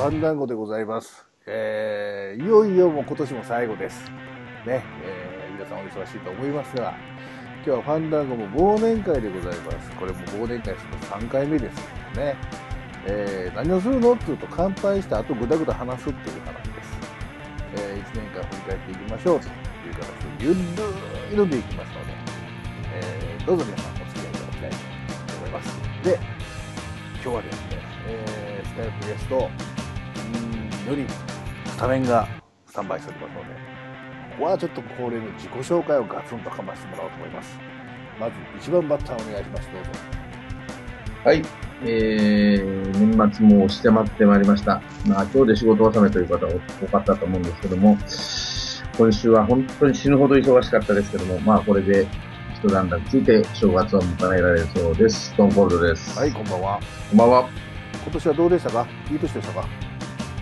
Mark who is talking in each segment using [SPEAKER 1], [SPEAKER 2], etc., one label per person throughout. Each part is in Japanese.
[SPEAKER 1] ワンダンゴでございます。えー、いよいよもう今年も最後です。ね、えー、皆さんお忙しいと思いますが、今日はファンダンゴも忘年会でございます。これもう忘年会するの3回目ですね。えー、何をするのっていうと、乾杯した後ぐだぐだ話すっていう話です。えー、1年間振り返っていきましょうという形で、ゆるいのでいきますので、えー、どうぞ皆さんお付き合いいただきたいと思います。で、今日はですね、えー、スカイプゲスト、うーんよりスタメンがスタンバイしておりますので、ここはちょっと恒例の自己紹介をガツンとかましてもらおうと思います。まず一番バッターお願いします。どうぞ。
[SPEAKER 2] はい。えー、年末も押してまってまいりました。まあ、今日で仕事納めという方多かったと思うんですけども、今週は本当に死ぬほど忙しかったですけども、まあ、これで一段落ついて正月を迎えられるそうです。ストーンコールドです。
[SPEAKER 1] はい、。こんばんは。
[SPEAKER 2] こんばんは。
[SPEAKER 1] 今年はどうでしたかいい年でしたか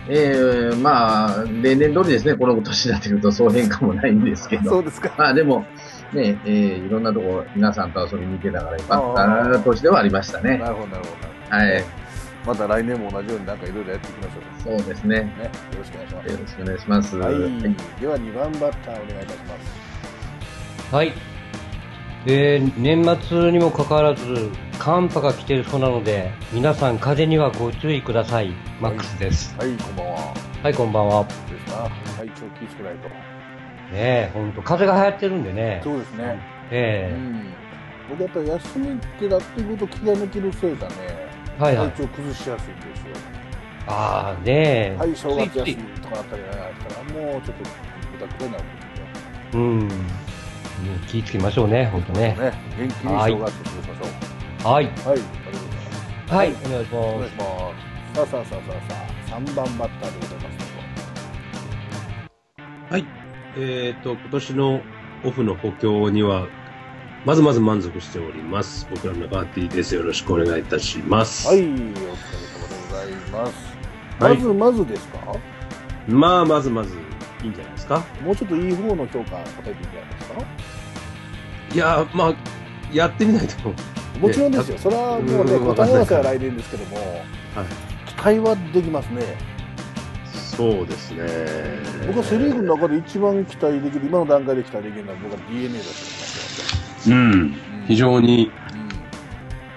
[SPEAKER 2] えー、まあ、例年通りですね、この年になってくるとそう変化もないんですけど。
[SPEAKER 1] うですか。
[SPEAKER 2] まあ、でも、ね、えー、いろんなとこ皆さんと遊びに行けたからよかったな年ではありましたね。
[SPEAKER 1] なるほど、なるほど。
[SPEAKER 2] はい。
[SPEAKER 1] また来年も同じようになんかいろいろやっていきましょう。
[SPEAKER 2] そうですね。
[SPEAKER 1] ね、よろしくお願いします。
[SPEAKER 2] よろしくお願いします。
[SPEAKER 1] はい、では2番バッターお願いいたします。
[SPEAKER 3] はい。えー年末にもかかわらず、寒波が来てるそうなので、皆さん風邪にはご注意ください。マックスです。
[SPEAKER 1] はい、こんばんは。
[SPEAKER 3] はい、こんばんは。
[SPEAKER 1] どうですか体調気をつけないと。
[SPEAKER 3] ねえ、ほんと、風邪が流行ってるんでね。
[SPEAKER 1] そうですね。う
[SPEAKER 3] え
[SPEAKER 1] ん。僕やっぱり休みってなってくると気が抜けるせいだね。
[SPEAKER 3] えはいはい
[SPEAKER 1] 体。調崩しやすいんですよ。
[SPEAKER 3] ああ、ねえ。
[SPEAKER 1] はい、正月
[SPEAKER 3] つ
[SPEAKER 1] 休
[SPEAKER 3] いつい
[SPEAKER 1] みとかなったりなんかしたら、もうちょっとぐたぐたになるんですよね。
[SPEAKER 3] うん。ね気ぃつけましょうね、ほんとね。
[SPEAKER 1] ね、元気に正月を過ごしまし
[SPEAKER 3] は
[SPEAKER 1] ょう。はい、あ
[SPEAKER 3] い。
[SPEAKER 1] りがとうございます。
[SPEAKER 3] はい、お願いし
[SPEAKER 1] お願い
[SPEAKER 3] ます
[SPEAKER 1] し。ます。さあさあさあさあさあ、3番バッターでございます。
[SPEAKER 4] はい。えっ、と、今年のオフの補強には、まずまず満足しております。僕らのパーティーです。よろしくお願いいたします。
[SPEAKER 1] はい、お疲れ様でございます。
[SPEAKER 4] は
[SPEAKER 1] ま
[SPEAKER 4] い
[SPEAKER 1] ずまずですか、
[SPEAKER 4] まあ、まずまずいいんじゃないですか。
[SPEAKER 1] もうちょっといい方の評価答えていただけますか
[SPEAKER 4] いや、まあ、やってみないと。
[SPEAKER 1] もちろんですよ、それはもうね、
[SPEAKER 4] うん
[SPEAKER 1] 答え合わせは来年ですけども、期待はできますね、
[SPEAKER 4] そうですね。
[SPEAKER 1] 僕はセ・リーグの中で一番期待できる、今の段階で期待できるのは、僕は d n a だと思いますよ、
[SPEAKER 4] うん。非常に、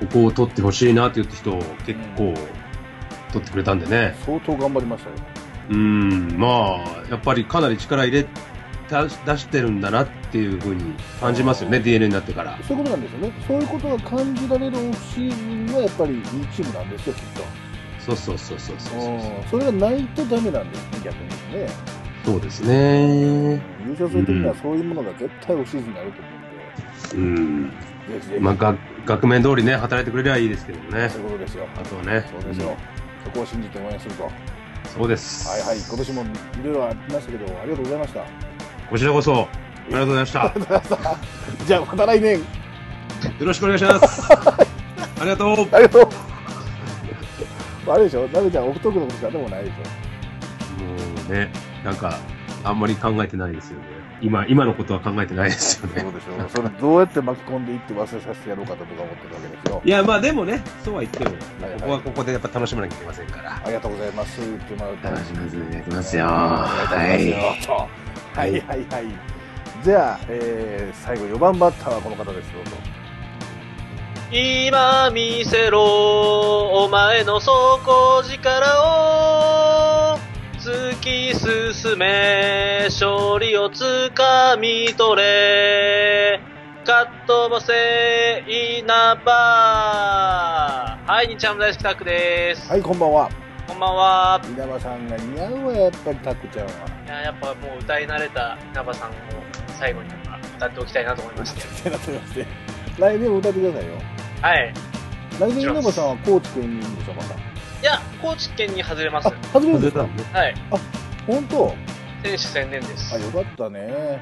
[SPEAKER 1] うん
[SPEAKER 4] ここを取ってほしいなって言った人、結構、取ってくれたんでね。
[SPEAKER 1] 相当頑張りましたよ、
[SPEAKER 4] うん。まあ、やっぱりかなり力入れ、出し出してるんだなっていうふうに感じますよね、DNA になってから。
[SPEAKER 1] そういうことなんですよね、そういうことが感じられるオフシーズンはやっぱりいいチームなんですよ、きっ
[SPEAKER 4] そうそうそうそうそう
[SPEAKER 1] と、。
[SPEAKER 4] そううん
[SPEAKER 1] それがないとダメなんですね、逆にね。
[SPEAKER 4] そうですね。
[SPEAKER 1] 優勝するときにはそういうものが絶対オフシーズンになると思うん
[SPEAKER 4] うん。
[SPEAKER 1] で、ぜひぜひ、
[SPEAKER 4] まあ、が額面通りね、働いてくれりゃいいですけどもね
[SPEAKER 1] そ。ういうことですよ。
[SPEAKER 4] あとはね。
[SPEAKER 1] そうですよ、そこを信じて応援すると、はい
[SPEAKER 4] うんそうです。
[SPEAKER 1] はい、今年もいろいろありましたけど、ありがとうございました。
[SPEAKER 4] こちらこそ、ありがとうございま した。よ
[SPEAKER 1] じゃあ、また来年、
[SPEAKER 4] ろしくお願いします。ありがとう。
[SPEAKER 1] ありがとう。あれでしょ、なべちゃん、オフトークのことしかでもないでし
[SPEAKER 4] もうね、なんか、あんまり考えてないですよね。今、今のことは考えてないですよ
[SPEAKER 1] ょ。
[SPEAKER 4] ね。
[SPEAKER 1] うでしょう、それどうやって巻き込んでいって忘れさせてやろうかと僕は思ってるわけですよ。
[SPEAKER 4] いや、まあでもね、そうは言っても、
[SPEAKER 1] はいはい
[SPEAKER 4] ここはここでやっぱ楽しまなきゃいけませんから。
[SPEAKER 1] ありがとうございます。言ってもらうと
[SPEAKER 4] 楽しませていただきますよ。
[SPEAKER 1] あ
[SPEAKER 4] は
[SPEAKER 1] り
[SPEAKER 4] い。
[SPEAKER 1] がとうございますよ。とはい、はい、はい。じゃあ、えー、最後4番バッターはこの方ですどうぞ
[SPEAKER 5] 今見せろ、お前の底力を突き進め、勝利をつかみ取れ、かっ飛ばせ、稲葉。はい、にちゃん大好きタックです。
[SPEAKER 1] はいこんばんは
[SPEAKER 5] こんばんは。
[SPEAKER 1] 稲葉さんが似合うわやっぱりタクちゃんはい
[SPEAKER 5] ややっぱもう歌い慣れた稲葉さんを最後にやっぱ歌っておきたいなと思い まして。
[SPEAKER 1] ってなってまして来年も歌ってくださいよ
[SPEAKER 5] はい。
[SPEAKER 1] 来年稲葉さんは高知県にいるんでしょまた
[SPEAKER 5] いや、高知県に外れます
[SPEAKER 1] あ。初めてですか
[SPEAKER 4] ね。
[SPEAKER 5] はい。
[SPEAKER 1] 本当
[SPEAKER 5] 選手専念です。
[SPEAKER 1] あよかったね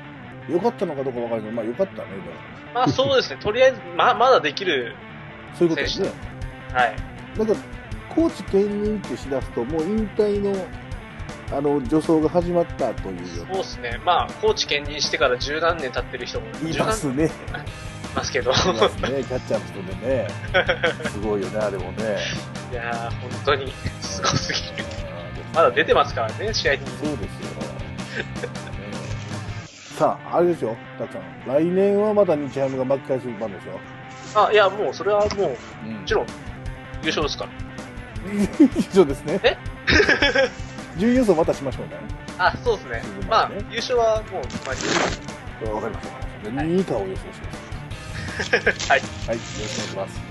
[SPEAKER 1] よかったのかどうかわからないけどまあよかったねでも
[SPEAKER 5] まあそうですね、とりあえず、ままだできる、
[SPEAKER 1] そういうことですね
[SPEAKER 5] はい、
[SPEAKER 1] だから高知県民ってしだすともう引退のあの助走が始まったという
[SPEAKER 5] そ
[SPEAKER 1] よ
[SPEAKER 5] うですね、まあ、高知兼任してから十何年経ってる人も
[SPEAKER 1] うない
[SPEAKER 5] 十
[SPEAKER 1] ま
[SPEAKER 5] 何
[SPEAKER 1] す
[SPEAKER 5] 年
[SPEAKER 1] ね
[SPEAKER 5] いますけど、
[SPEAKER 1] いますねキャッチャーの人でねすごいよねあれもね
[SPEAKER 5] いやー、本当にすごすぎる。
[SPEAKER 1] あーです
[SPEAKER 5] まだ出てますからね、試合に。
[SPEAKER 1] そうですよ。さあ、あれですよ、たっちゃん。来年はまた日ハムが巻き返す番ですよ。
[SPEAKER 5] あ、いや、もう、それはもう、も
[SPEAKER 1] うん
[SPEAKER 5] ちろん、優勝ですから。
[SPEAKER 1] 以上ですね。
[SPEAKER 5] え
[SPEAKER 1] 準優勝またしましょうね。
[SPEAKER 5] あ、そうですね
[SPEAKER 1] うん。
[SPEAKER 5] まあ、優勝はもう、まあ、
[SPEAKER 1] わかりました。で2位以下を予想します。
[SPEAKER 5] はい。
[SPEAKER 1] はい、
[SPEAKER 5] よ
[SPEAKER 1] よろしくお願いします。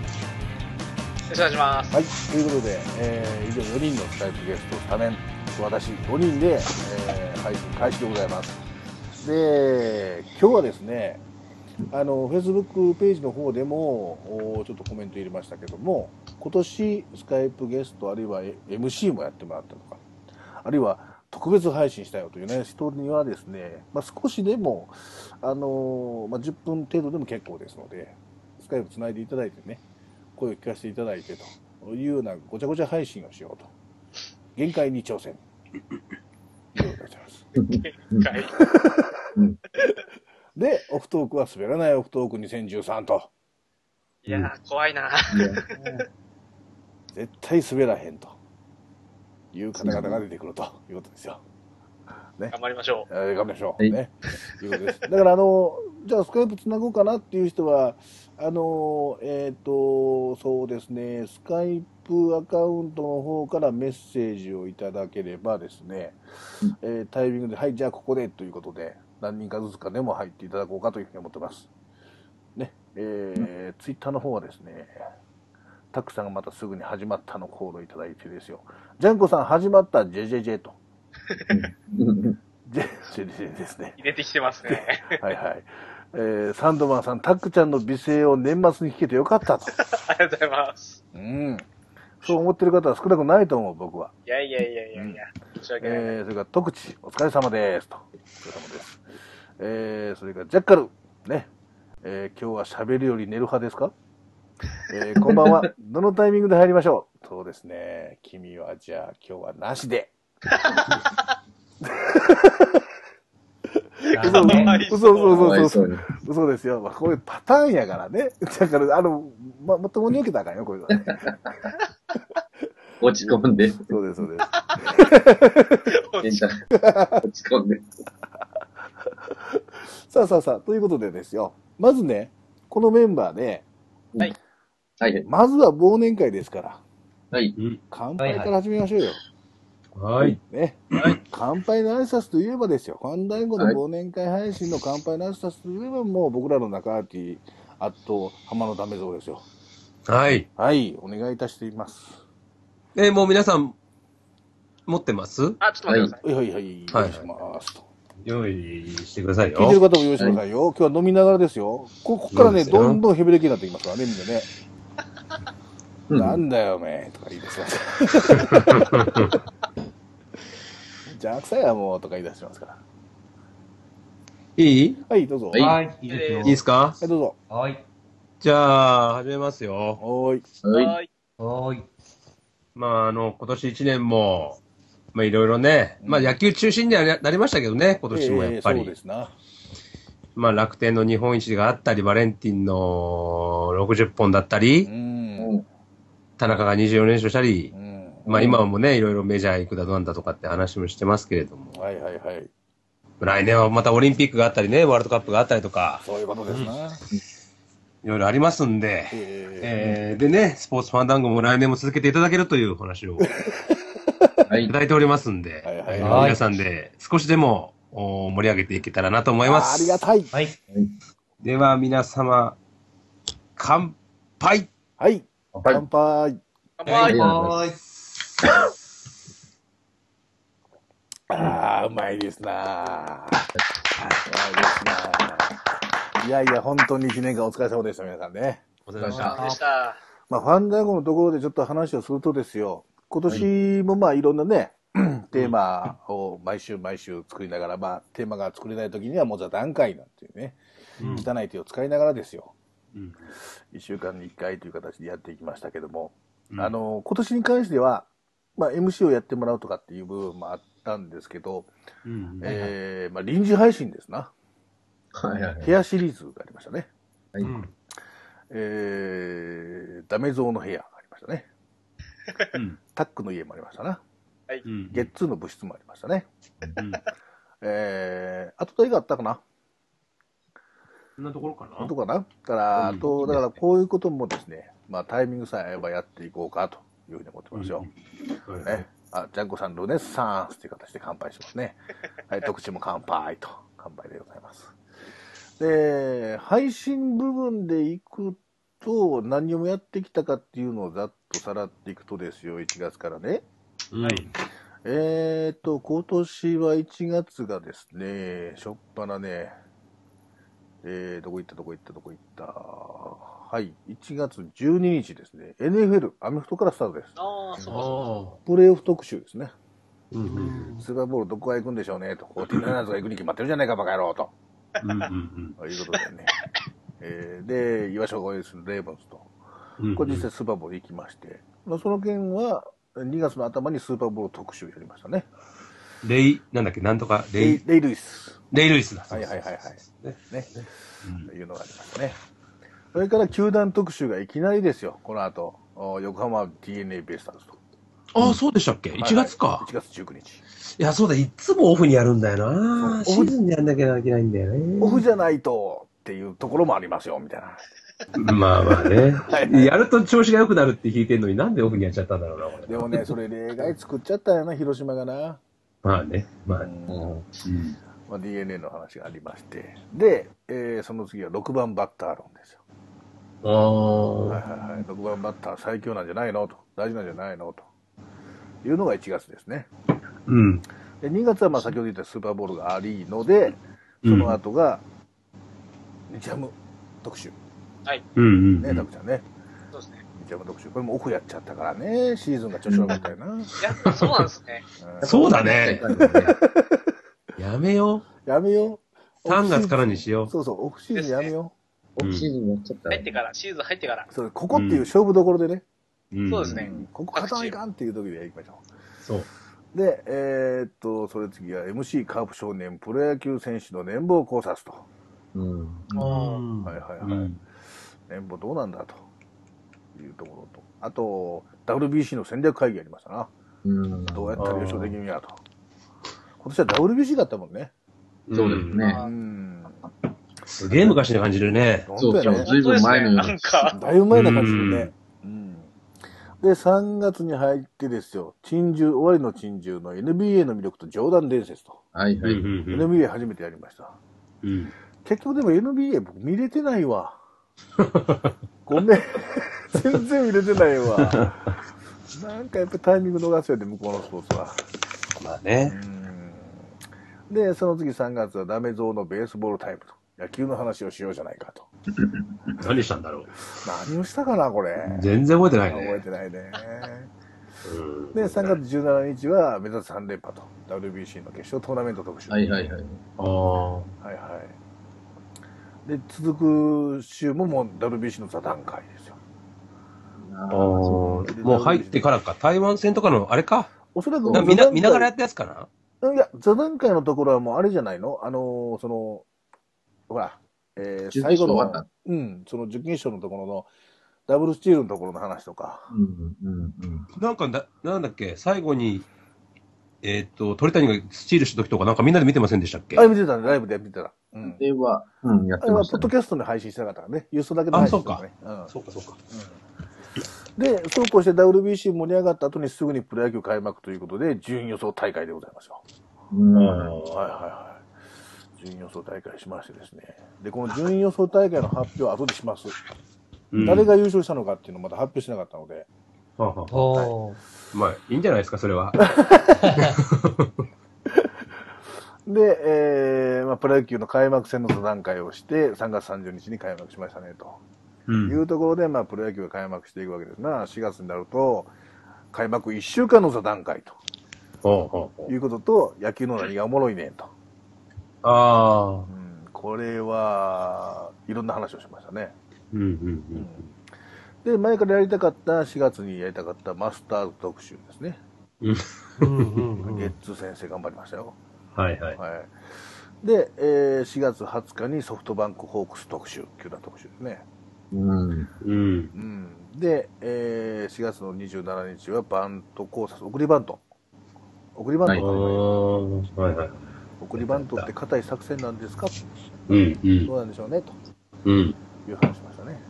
[SPEAKER 5] ろしくお願いします。
[SPEAKER 1] はい、ということで、えー以上4人のスカイプゲスト、スタメン、私5人で、えー配信開始でございます。で、今日はですね、あの、Facebook ページの方でも、おちょっとコメント入れましたけども、今年スカイプゲスト、あるいは MC もやってもらったとか、あるいは特別配信したよというね、人にはですね、まあ、少しでも、あのまあ、10分程度でも結構ですので、スカイプつないでいただいてね、声を聞かせていただいてと。というようなごちゃごちゃ配信をしようと。限界に挑戦。ということでございます
[SPEAKER 5] はい。
[SPEAKER 1] で、オフトークは滑らないオフトーク2013と。
[SPEAKER 5] いやー、怖いな。
[SPEAKER 1] 絶対滑らへんと。いう方々が出てくるということですよ。
[SPEAKER 5] 頑張りましょ
[SPEAKER 1] えー頑張りましょう。
[SPEAKER 2] はい
[SPEAKER 1] ね。いうことです。だから、あの、じゃあスカイプつなごうかなっていう人は、あの、えっ、と、そうですね、スカイプアカウントの方からメッセージをいただければですね、えータイミングで、はい、じゃあここでということで、何人かずつかでも入っていただこうかというふうに思ってます。ね、えー、ツイッターの方はですね、たくさんがまたすぐに始まったのコールをいただいてですよ。ジャンコさん始まった、ジェジェジェと。ジェジェジェですね。
[SPEAKER 5] う。入れてきてますね。
[SPEAKER 1] はいはい。えーサンドマンさん、タックちゃんの美声を年末に聞けてよかったと。
[SPEAKER 5] ありがとうございます。
[SPEAKER 1] うん。そう思ってる方は少なくないと思う、僕は。
[SPEAKER 5] いやいやいやいやいや、申し訳ない。
[SPEAKER 1] えーそれから、徳地、お疲れ様です。と。お疲れ様です。えーそれから、ジャッカル、ね。えー今日は喋るより寝る派ですかえーこんばん は。どのタイミングで入りましょうそうですね。君は、じゃあ、今日はなしで。嘘嘘嘘嘘嘘
[SPEAKER 2] かわいそ
[SPEAKER 5] かわいそう
[SPEAKER 2] うに。
[SPEAKER 1] そうですよ。まあ、これパターンやからね。だから、あの、ま、まともに受けたらあかんよ、こういうのはね。
[SPEAKER 2] 落ち込んで、
[SPEAKER 1] そうです、そうです。
[SPEAKER 2] レンタル落ち込んで。
[SPEAKER 1] さあさあさあ、ということでですよ。まずね、このメンバーで、
[SPEAKER 2] はいはい。
[SPEAKER 1] まずは忘年会ですから、
[SPEAKER 2] はい。
[SPEAKER 1] 乾杯から始めましょうよ。
[SPEAKER 4] はい。
[SPEAKER 1] ね。乾杯の挨拶といえばですよ。ファンダイゴの忘年会配信の乾杯の挨拶といえば、もう僕らの中アーティあと、浜のダメ像ですよ。
[SPEAKER 4] はい。
[SPEAKER 1] はい、お願いいたしています。
[SPEAKER 4] えーもう皆さん、持ってます
[SPEAKER 5] あ、ちょっと待ってくださ
[SPEAKER 1] はいはいはい、お願いします。と
[SPEAKER 4] 用意してくださ
[SPEAKER 1] 聞
[SPEAKER 4] い
[SPEAKER 1] いてる
[SPEAKER 4] よ。
[SPEAKER 1] 方も用意してくださいよ。今日は飲みながらですよ。ここっからね、
[SPEAKER 4] そうですよ
[SPEAKER 1] どんどんヘベレキになってきますからね、みんなね。
[SPEAKER 2] うん
[SPEAKER 1] なんだよ、おめえとか言い出します。 邪悪さや、もう、とか言い出しますから。
[SPEAKER 4] いい
[SPEAKER 1] はい、どうぞ。はい、
[SPEAKER 3] はい、いいですよ。
[SPEAKER 4] いいですか
[SPEAKER 1] どうぞ。
[SPEAKER 3] はい。
[SPEAKER 4] じゃあ、始めますよ。
[SPEAKER 1] おーい。
[SPEAKER 5] い。
[SPEAKER 2] はい。
[SPEAKER 5] はい。
[SPEAKER 3] はーい。
[SPEAKER 4] まあ、あの、今年一年も、まあ、いろいろね、
[SPEAKER 1] うん
[SPEAKER 4] まあ、野球中心にはなりましたけどね、今年もやっぱり。
[SPEAKER 1] ええそうですな。
[SPEAKER 4] まあ、楽天の日本一があったり、バレンティンの60本だった
[SPEAKER 1] う
[SPEAKER 4] り、
[SPEAKER 1] ん。
[SPEAKER 2] うん
[SPEAKER 4] 田中が24連勝したり
[SPEAKER 1] う、ん。
[SPEAKER 4] まあ、今もね、いろいろメジャー行くだなんだとかって話もしてますけれども、
[SPEAKER 1] はいはいはい。
[SPEAKER 4] 来年はまたオリンピックがあったりね、ワールドカップがあったりとか、
[SPEAKER 1] そういうことですな。
[SPEAKER 4] いろいろありますんで、
[SPEAKER 1] え
[SPEAKER 4] えー、でね、スポーツファンダンゴも来年も続けていただけるというお話を
[SPEAKER 2] はい
[SPEAKER 4] いた。だいておりますんで、
[SPEAKER 1] はいはい
[SPEAKER 4] えー
[SPEAKER 3] はい
[SPEAKER 4] 皆さんで少しでもお盛り上げていけたらなと思
[SPEAKER 1] え
[SPEAKER 4] います。
[SPEAKER 1] ありがたい。
[SPEAKER 3] はい。
[SPEAKER 4] では皆様、乾杯
[SPEAKER 1] はい。
[SPEAKER 2] はい
[SPEAKER 1] 乾杯。
[SPEAKER 5] 乾
[SPEAKER 2] あり
[SPEAKER 5] 杯
[SPEAKER 2] がとうございます。
[SPEAKER 3] い。
[SPEAKER 1] ああ、うまいですな。うまいですな。いやいや、本当に一年間お疲れ様でした、皆さんね。
[SPEAKER 4] お疲れ様でし
[SPEAKER 5] お疲
[SPEAKER 4] た。
[SPEAKER 5] れ様でした。
[SPEAKER 1] まあ、ファンダーゴのところでちょっと話をするとですよ、今年もまあいろんなね、テーマを毎週毎週作りながら、まあ、テーマが作れない時にはもう座談会なんていうね、
[SPEAKER 4] うん
[SPEAKER 1] 汚い手を使いながらですよ、
[SPEAKER 4] うん
[SPEAKER 1] 1週間に1回という形でやっていきましたけども、
[SPEAKER 4] うん
[SPEAKER 1] あの、今年に関しては、まあ、MC をやってもらうとかっていう部分もあったんですけど、
[SPEAKER 4] うん
[SPEAKER 1] えーまあ、臨時配信ですな。
[SPEAKER 2] はいはいはい。
[SPEAKER 1] 部屋シリーズがありましたね。
[SPEAKER 4] うん
[SPEAKER 1] えー、ダメゾウの部屋がありましたね。
[SPEAKER 4] うん
[SPEAKER 1] タックの家もありましたな。
[SPEAKER 4] うん。
[SPEAKER 1] ゲッツーの部室もありましたね。
[SPEAKER 4] うん
[SPEAKER 1] えー、あと誰があったかな
[SPEAKER 4] そんなところか
[SPEAKER 1] あ
[SPEAKER 4] な
[SPEAKER 1] とかなだから、あ
[SPEAKER 4] うん
[SPEAKER 1] と、だからこういうこともですね、まあタイミングさえ合えばやっていこうかというふうに思ってますよ。
[SPEAKER 4] はい
[SPEAKER 1] ね。あ、ジャンコさん、ルネッサンスという形で乾杯します ね。はい、特注も乾杯と、乾杯でございます。で、配信部分でいくと、何をやってきたかっていうのをざっとさらっていくとですよ、1月からね。
[SPEAKER 4] うんはい。
[SPEAKER 1] えーと、今年は1月がですね、しょっぱなね、えー、どこ行ったどこ行ったどこ行った。はい、1月12日ですね、NFL、アメフトからスタートです。
[SPEAKER 5] ああ、
[SPEAKER 3] あ
[SPEAKER 5] そうかそ
[SPEAKER 3] あ。
[SPEAKER 1] プレーオフ特集ですね。
[SPEAKER 4] うんうん
[SPEAKER 1] スーパーボールどこが行くんでしょうねと、こう、ティナーズが行くに決まってるじゃないか、バカ野郎と。
[SPEAKER 4] うんうん
[SPEAKER 1] いうことでね。えー、で、岩所が応援するレイブンズと。
[SPEAKER 4] うん。
[SPEAKER 1] これ実際スーパーボール行きまして、まあ、その件は、2月の頭にスーパーボール特集やりましたね。
[SPEAKER 4] レイ、なんだっけ、なんとか、レ
[SPEAKER 1] レイ
[SPEAKER 4] イ、
[SPEAKER 1] レイ・ルイス。
[SPEAKER 4] レイルイスだ。
[SPEAKER 1] はいはいはいはい
[SPEAKER 4] ね。
[SPEAKER 1] ね。
[SPEAKER 4] うん
[SPEAKER 1] というのがありますね。それから球団特集がいきなりですよ、この後、お横浜 d n a ベイスターズと。
[SPEAKER 4] ああ、そうでしたっけ ?1 月か。
[SPEAKER 1] 1月19日。
[SPEAKER 4] いや、そうだ、いつもオフにやるんだよな。
[SPEAKER 1] そう
[SPEAKER 4] シーズンでやんなきゃいけないんだよね。
[SPEAKER 1] オフじゃないとっていうところもありますよ、みたいな。
[SPEAKER 4] まあま あね。やると調子が良くなるって聞いてんのになんでオフにやっちゃったんだろうな、こ
[SPEAKER 1] で
[SPEAKER 4] れ。
[SPEAKER 1] もね、それ例外作っちゃったんやな、広島がな。
[SPEAKER 4] まあね、まあね。
[SPEAKER 1] うん
[SPEAKER 4] うん
[SPEAKER 1] まあ、d n a の話がありまして。で、えーその次は6番バッター論ですよ。
[SPEAKER 4] あ
[SPEAKER 1] はい
[SPEAKER 4] ー
[SPEAKER 1] はいはい。6番バッター最強なんじゃないのと。大事なんじゃないのと。いうのが1月ですね。
[SPEAKER 4] うん。
[SPEAKER 1] で2月はまあ先ほど言ったスーパーボールがありので、
[SPEAKER 4] う
[SPEAKER 1] そ
[SPEAKER 4] ん
[SPEAKER 1] の後が、ジャム特集。
[SPEAKER 4] うんうんう
[SPEAKER 1] ね、
[SPEAKER 4] ん
[SPEAKER 1] タクちゃんね。
[SPEAKER 5] うですね。
[SPEAKER 1] ジャム特集。これもオフやっちゃったからね、シーズンが調子悪かったよな。うん
[SPEAKER 5] いや、そうなんで すね。
[SPEAKER 4] そうだね。やめよ
[SPEAKER 1] やめよ
[SPEAKER 4] う。
[SPEAKER 1] う。
[SPEAKER 4] 3月からにしよ
[SPEAKER 1] そうそう、オフシーズンやめよ
[SPEAKER 2] オフシーズンやっちゃったら
[SPEAKER 5] 入ってから、シーズン入ってから。
[SPEAKER 1] う。そう、ここっていう勝負どころでね、
[SPEAKER 4] う。ん
[SPEAKER 5] そうですね
[SPEAKER 1] うんここ勝たないかんっていう時でやりましょ
[SPEAKER 4] そう。
[SPEAKER 1] う。で、えーっと、それ次は MC カープ少年プロ野球選手の年俸考察と。
[SPEAKER 2] うん。
[SPEAKER 4] うん
[SPEAKER 1] はいはいはい。
[SPEAKER 4] うん
[SPEAKER 1] 年俸どうなんだというところと。あと、WBC の戦略会議やりましたな。
[SPEAKER 2] うん。
[SPEAKER 1] どうやったら優勝できるんやと。今年は WBC だったもんね。
[SPEAKER 2] そうですね。
[SPEAKER 1] うん。
[SPEAKER 4] すげえ昔に感じるね。
[SPEAKER 2] そう
[SPEAKER 1] 本当やね
[SPEAKER 2] ずいぶん前のような
[SPEAKER 5] なんか、
[SPEAKER 1] だいぶ前な感じでね。うん。で、3月に入ってですよ、珍獣、終わりの珍獣の NBA の魅力と冗談伝説と。
[SPEAKER 2] はいはい。
[SPEAKER 1] NBA 初めてやりました。
[SPEAKER 4] うん
[SPEAKER 1] 結局でも NBA 僕見れてないわ。ごめん。全然見れてないわ。なんかやっぱタイミング逃すよね、向こうのスポーツは。
[SPEAKER 4] まあね。
[SPEAKER 1] うんで、その次3月はダメゾウのベースボールタイムと。野球の話をしようじゃないかと。
[SPEAKER 4] 何したんだろう。
[SPEAKER 1] 何をしたかな、これ。
[SPEAKER 4] 全然覚えてない
[SPEAKER 1] 覚え
[SPEAKER 4] ね。
[SPEAKER 1] てないね。
[SPEAKER 4] うん
[SPEAKER 1] で、3月17日は目指す3連覇と、WBC の決勝トーナメント特集。
[SPEAKER 2] はいはいはい。
[SPEAKER 4] あー
[SPEAKER 1] はいはいで、続く週ももう WBC の座談会ですよ。
[SPEAKER 4] あー。
[SPEAKER 2] そ
[SPEAKER 4] もう入ってからか。台湾戦とかの、あれか。
[SPEAKER 1] おそらく
[SPEAKER 4] な見な見ながらや
[SPEAKER 1] や
[SPEAKER 4] ったやつかな。
[SPEAKER 1] いや、座談会のところはもうあれじゃないのあのーその、ほら、えー、
[SPEAKER 2] 準決勝
[SPEAKER 1] 最後
[SPEAKER 2] 終わっ
[SPEAKER 1] の
[SPEAKER 2] た、
[SPEAKER 1] うん、その準決勝のところの、ダブルスチールのところの話とか。
[SPEAKER 2] ううんうんうん。
[SPEAKER 4] なんかだ、なんだっけ、最後に、えーっと、鳥谷がスチールした時とか、なんかみんなで見てませんでしたっけ
[SPEAKER 1] あれ見てたね、ライブで見てた。うん。
[SPEAKER 2] では、うん、やっ
[SPEAKER 1] あ
[SPEAKER 2] て
[SPEAKER 1] れは
[SPEAKER 2] ま
[SPEAKER 1] ポ
[SPEAKER 2] した
[SPEAKER 1] ッド
[SPEAKER 2] ね。
[SPEAKER 1] キャストで配信してなかったからね。ユーストだけで配信してたからね。うん
[SPEAKER 4] そうか、そうか。
[SPEAKER 1] で、そうこうして WBC 盛り上がった後にすぐにプロ野球開幕ということで、順位予想大会でございますよ。
[SPEAKER 2] うん。
[SPEAKER 1] はいはいはい。順位予想大会しましてですね。で、この順位予想大会の発表は後でします。
[SPEAKER 4] うん
[SPEAKER 1] 誰が優勝したのかっていうのをまだ発表しなかったので、
[SPEAKER 4] はあはあ
[SPEAKER 3] おー。
[SPEAKER 4] まあ、いいんじゃないですか、それは。
[SPEAKER 1] で、えーまあ、プロ野球の開幕戦の座談会をして、3月30日に開幕しましたね、と
[SPEAKER 4] う
[SPEAKER 1] い
[SPEAKER 4] ん。
[SPEAKER 1] うところで、まあ、プロ野球が開幕していくわけですが、4月になると、開幕1週間の座談会
[SPEAKER 4] ほうほう
[SPEAKER 1] ということと、野球の何がおもろいねんと。
[SPEAKER 4] ああ。
[SPEAKER 1] うん、これはいろんな話をしましたね。
[SPEAKER 4] うんうん
[SPEAKER 1] で、前からやりたかった、4月にやりたかったマスターズ特集ですね。
[SPEAKER 4] うん。うん
[SPEAKER 3] うんうんう
[SPEAKER 1] ゲッ
[SPEAKER 3] ん。
[SPEAKER 1] ツー先生頑張りましたよ。
[SPEAKER 4] はいはい。
[SPEAKER 1] はい。で、えー4月20日にソフトバンクホークス特集、球団特集ですね。
[SPEAKER 2] うん。
[SPEAKER 4] うん。
[SPEAKER 1] うん。で、えー4月の27日はバント考察、送りバント。送りバン
[SPEAKER 2] い
[SPEAKER 1] ト、
[SPEAKER 4] ーはいはい。
[SPEAKER 1] 送りバントって硬い作戦なんですか
[SPEAKER 4] うん、うん
[SPEAKER 1] どうなんでしょうねと
[SPEAKER 4] うん。
[SPEAKER 1] いう話しましたね。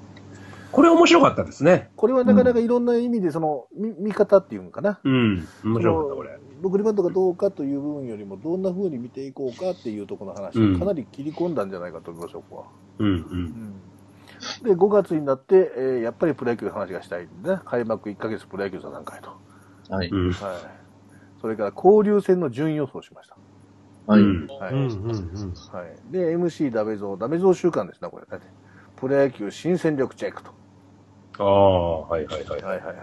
[SPEAKER 4] これ面白かったですね。
[SPEAKER 1] これはなかなかいろんな意味で、その、み見方っていうんかな。
[SPEAKER 4] うん。面白かった、これ。
[SPEAKER 1] 送りバントがどうかという部分よりも、どんな風に見ていこうかっていうところの話、
[SPEAKER 4] うん
[SPEAKER 1] かなり切り込んだんじゃないかと思いますよ、ここは。
[SPEAKER 4] うん、う。
[SPEAKER 1] うんんで、5月になって、えーやっぱりプロ野球の話がしたいんでね。開幕1ヶ月プロ野球座談会と。
[SPEAKER 2] はい。
[SPEAKER 4] うん。
[SPEAKER 1] はい。それから交流戦の順位予想しました。
[SPEAKER 2] はい。
[SPEAKER 4] うん
[SPEAKER 1] はい。
[SPEAKER 3] うんうんうん。
[SPEAKER 1] はい、で、MC ダメゾウ、ダメゾウ週間ですね、これ。だってプロ野球新戦力チェックと。
[SPEAKER 4] ああ、はいはいはい。
[SPEAKER 1] はいはいはいはい。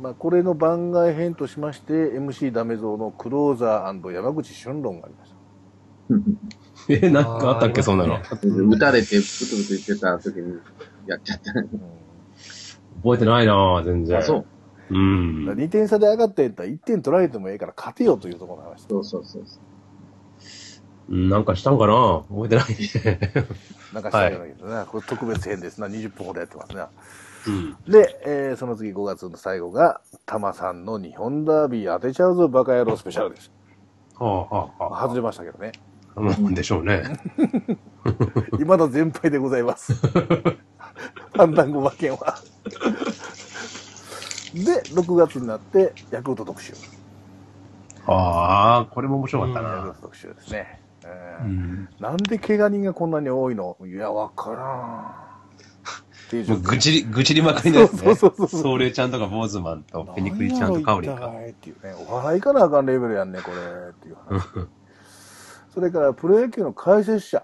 [SPEAKER 1] まあ、これの番外編としまして、MC ダメゾウのクローザー山口俊論がありました。
[SPEAKER 4] え、なんかあったっけ、そんなの。
[SPEAKER 3] あり
[SPEAKER 4] 覚
[SPEAKER 2] 打たれて、ブツブツ言ってた時に、やっちゃった。
[SPEAKER 4] えてないなぁ、全然。
[SPEAKER 2] あ、そう。
[SPEAKER 4] う。
[SPEAKER 1] うんん、だ。から2点差で上がってったら1点取られてもええから勝てよというところの話
[SPEAKER 2] そうそうそうそう。
[SPEAKER 4] うんなんかしたんかな覚えてないね。
[SPEAKER 1] なんかしたいんだけどね、これ特別編ですな、20分ほどやってますね。
[SPEAKER 4] うん。
[SPEAKER 1] で、えーその次5月の最後が、タマさんの日本ダービー当てちゃうぞバカ野郎スペシャルです。
[SPEAKER 4] はあはあは
[SPEAKER 1] 外れましたけどね。
[SPEAKER 4] あ。うんでしょうね。
[SPEAKER 1] 今の全敗でございます。判断後馬券は。で、6月になって、ヤクルト特集。
[SPEAKER 4] ああ、これも面白かった
[SPEAKER 1] ヤクル
[SPEAKER 4] な
[SPEAKER 1] ト特集ですね。う
[SPEAKER 4] うんん。
[SPEAKER 1] なんで怪我人がこんなに多いのいや、わからん。っていう状
[SPEAKER 4] もう
[SPEAKER 1] 況
[SPEAKER 4] ぐちり、ぐちりまくりのやつね。
[SPEAKER 1] そうそうそうそう
[SPEAKER 4] ソウレイちゃんとかボーズマンとペニクリちゃんとカオリン
[SPEAKER 1] なんやろ
[SPEAKER 4] か。
[SPEAKER 1] 一体っていうね。お笑いかなあかんレベルやんね、これ。っていう話。それから、プロ野球の解説者。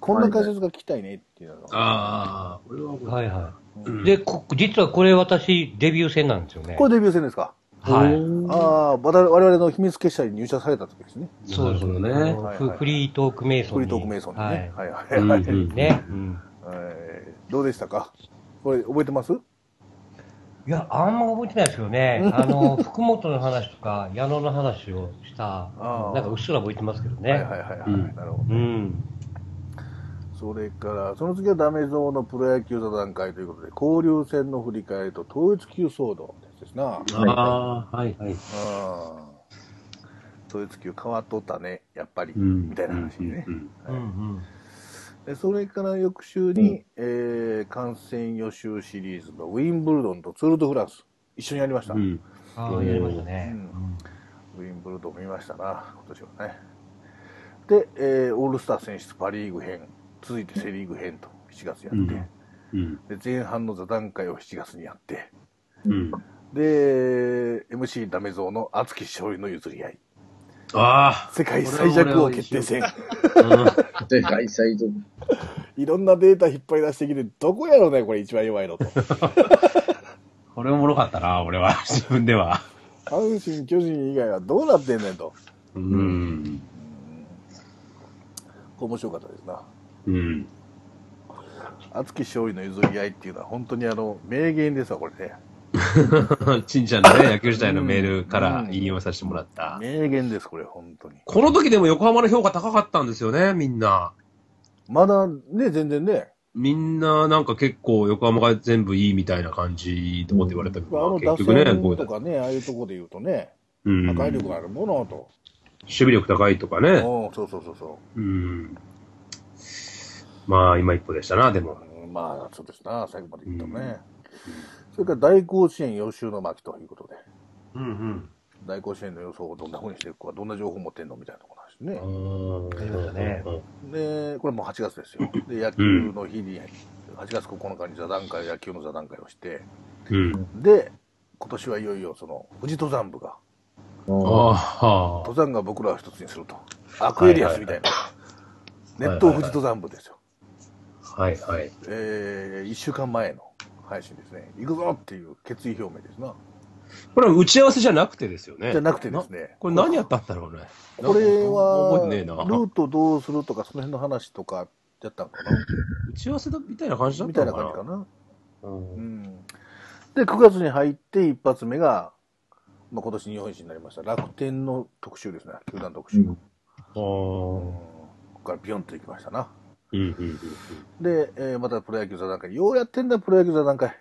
[SPEAKER 1] こんな解説が聞きたいねっていうの。
[SPEAKER 4] ああ、これは覚
[SPEAKER 3] はいはい。
[SPEAKER 4] えて
[SPEAKER 3] で、こ実はこれ私、デビュー戦なんですよね。
[SPEAKER 1] これデビュー戦ですか
[SPEAKER 3] はい。
[SPEAKER 1] ああ、我々我々の秘密結社に入社された時ですね。
[SPEAKER 4] そうですね。
[SPEAKER 3] あの
[SPEAKER 1] はい
[SPEAKER 3] フフリートークメイソン
[SPEAKER 1] フ
[SPEAKER 3] に。
[SPEAKER 1] リートークメイソンにね。はいは
[SPEAKER 4] う
[SPEAKER 1] い
[SPEAKER 4] ん
[SPEAKER 1] はい。
[SPEAKER 4] うん
[SPEAKER 3] はい。ね。うん
[SPEAKER 1] えーどうでしたかこれ覚えてます
[SPEAKER 3] いや、あんま覚えてないですけどね。あの、福本の話とか、矢野の話をした
[SPEAKER 1] あー、
[SPEAKER 3] なんかうっすら覚えてますけどね。
[SPEAKER 1] はいはいはいはい。
[SPEAKER 4] うん
[SPEAKER 1] なるほ
[SPEAKER 3] う
[SPEAKER 1] ど。
[SPEAKER 3] ん。
[SPEAKER 1] それから、その次はダメゾウのプロ野球座談会ということで、交流戦の振り返りと統一級騒動ですな。
[SPEAKER 4] ああ、はいはい。
[SPEAKER 1] あー統一級変わっとったね、やっぱり、
[SPEAKER 4] うん
[SPEAKER 1] みたいな話ね、
[SPEAKER 4] うん
[SPEAKER 3] うんうん。
[SPEAKER 1] で。それから翌週に、えー、感染予習シリーズのウィンブルドンとツール・ド・フランス、一緒にやりました。
[SPEAKER 4] うんうん。
[SPEAKER 3] ああ、やりましたね
[SPEAKER 1] う。んウィンブルドン見ましたな、今年はね。で、えーオールスター選出パ・リーグ編、続いてセ・リーグ編と7月やって、
[SPEAKER 4] うん
[SPEAKER 1] で
[SPEAKER 4] うん。
[SPEAKER 1] 前半の座談会を7月にやって、
[SPEAKER 4] うん。
[SPEAKER 1] で、MC ダメゾウの熱き勝利の譲り合い、
[SPEAKER 4] あ
[SPEAKER 1] 世界最弱王決定戦、
[SPEAKER 4] あ。うん
[SPEAKER 2] で、開催と。
[SPEAKER 1] いろんなデータ引っ張り出してきて、どこやろうね、これ一番弱いのと。
[SPEAKER 4] これおもろかったな、俺は。自分では。
[SPEAKER 1] 阪神、巨人以外はどうなってんねんと。
[SPEAKER 4] うん。
[SPEAKER 1] これ面白かったですな。
[SPEAKER 4] うん。
[SPEAKER 1] 熱き勝利の譲り合いっていうのは本当にあの、名言ですわ、これね。
[SPEAKER 4] ちんちゃんのね、野球時代のメールから引用させてもらった。
[SPEAKER 1] 名言です、これ、本当に。
[SPEAKER 4] この時でも横浜の評価高かったんですよね、みんな。
[SPEAKER 1] まだね、全然ね、
[SPEAKER 4] みんななんか結構横浜が全部いいみたいな感じと思って言われたけ
[SPEAKER 1] まああ
[SPEAKER 4] ど、
[SPEAKER 1] の
[SPEAKER 4] 結
[SPEAKER 1] 打
[SPEAKER 4] 局ね、こ
[SPEAKER 1] 線
[SPEAKER 4] うだ
[SPEAKER 1] とかね、ああいうとこで言うとね、
[SPEAKER 4] うん。
[SPEAKER 1] 破壊
[SPEAKER 4] 守
[SPEAKER 1] 力があるものと。
[SPEAKER 4] 備力高いとかね。
[SPEAKER 1] うん、そうそうそうそ
[SPEAKER 4] うん。まあ、今一歩でしたな、でも。
[SPEAKER 1] う。うんまあ、そうですな、最後まで言ったね。それから大甲子園予習の巻ということで、
[SPEAKER 4] うん
[SPEAKER 1] 大甲子園の予想をどんな風にしていくか、どんな情報を持ってんのみたいなところ
[SPEAKER 4] う
[SPEAKER 1] なんで
[SPEAKER 4] ん。ああ、
[SPEAKER 3] りましたね
[SPEAKER 1] すね。で、これもう8月ですよ。で、野球の日に、8月9日に座談会、野球の座談会をして、
[SPEAKER 4] うん。
[SPEAKER 1] で、今年はいよいよその、富士登山部が、
[SPEAKER 4] ああ。
[SPEAKER 1] 登山が僕らを一つにすると。アクエリアスみたいな。
[SPEAKER 4] いはい
[SPEAKER 1] 熱湯富士登山部ですよ。
[SPEAKER 4] はいはい。
[SPEAKER 1] えー、1週間前の配信ですね。行くぞっていう決意表明ですな。
[SPEAKER 4] これは打ち合わせじゃなくてですよね。
[SPEAKER 1] じゃなくてですね。
[SPEAKER 4] これ何やったんだろうね。
[SPEAKER 1] これは、
[SPEAKER 4] 覚えてねえ
[SPEAKER 1] ル
[SPEAKER 4] な。
[SPEAKER 1] ートどうするとか、その辺の話とか、やったん かな
[SPEAKER 4] 打ち合わせだみたいな感じだっ
[SPEAKER 1] みた
[SPEAKER 4] た
[SPEAKER 1] いな
[SPEAKER 4] のか
[SPEAKER 1] 感
[SPEAKER 4] な
[SPEAKER 1] じかな。
[SPEAKER 4] うん
[SPEAKER 1] うん。で、9月に入って一発目が、まあ、今年日本一になりました。楽天の特集ですね。球団特集。
[SPEAKER 2] うん
[SPEAKER 4] あ
[SPEAKER 1] うん
[SPEAKER 4] ー
[SPEAKER 1] ここからビヨンと行きましたな。
[SPEAKER 4] うんうんうん
[SPEAKER 1] で、えーまたプロ野球座談会。ようやってんだ、プロ野球座談会。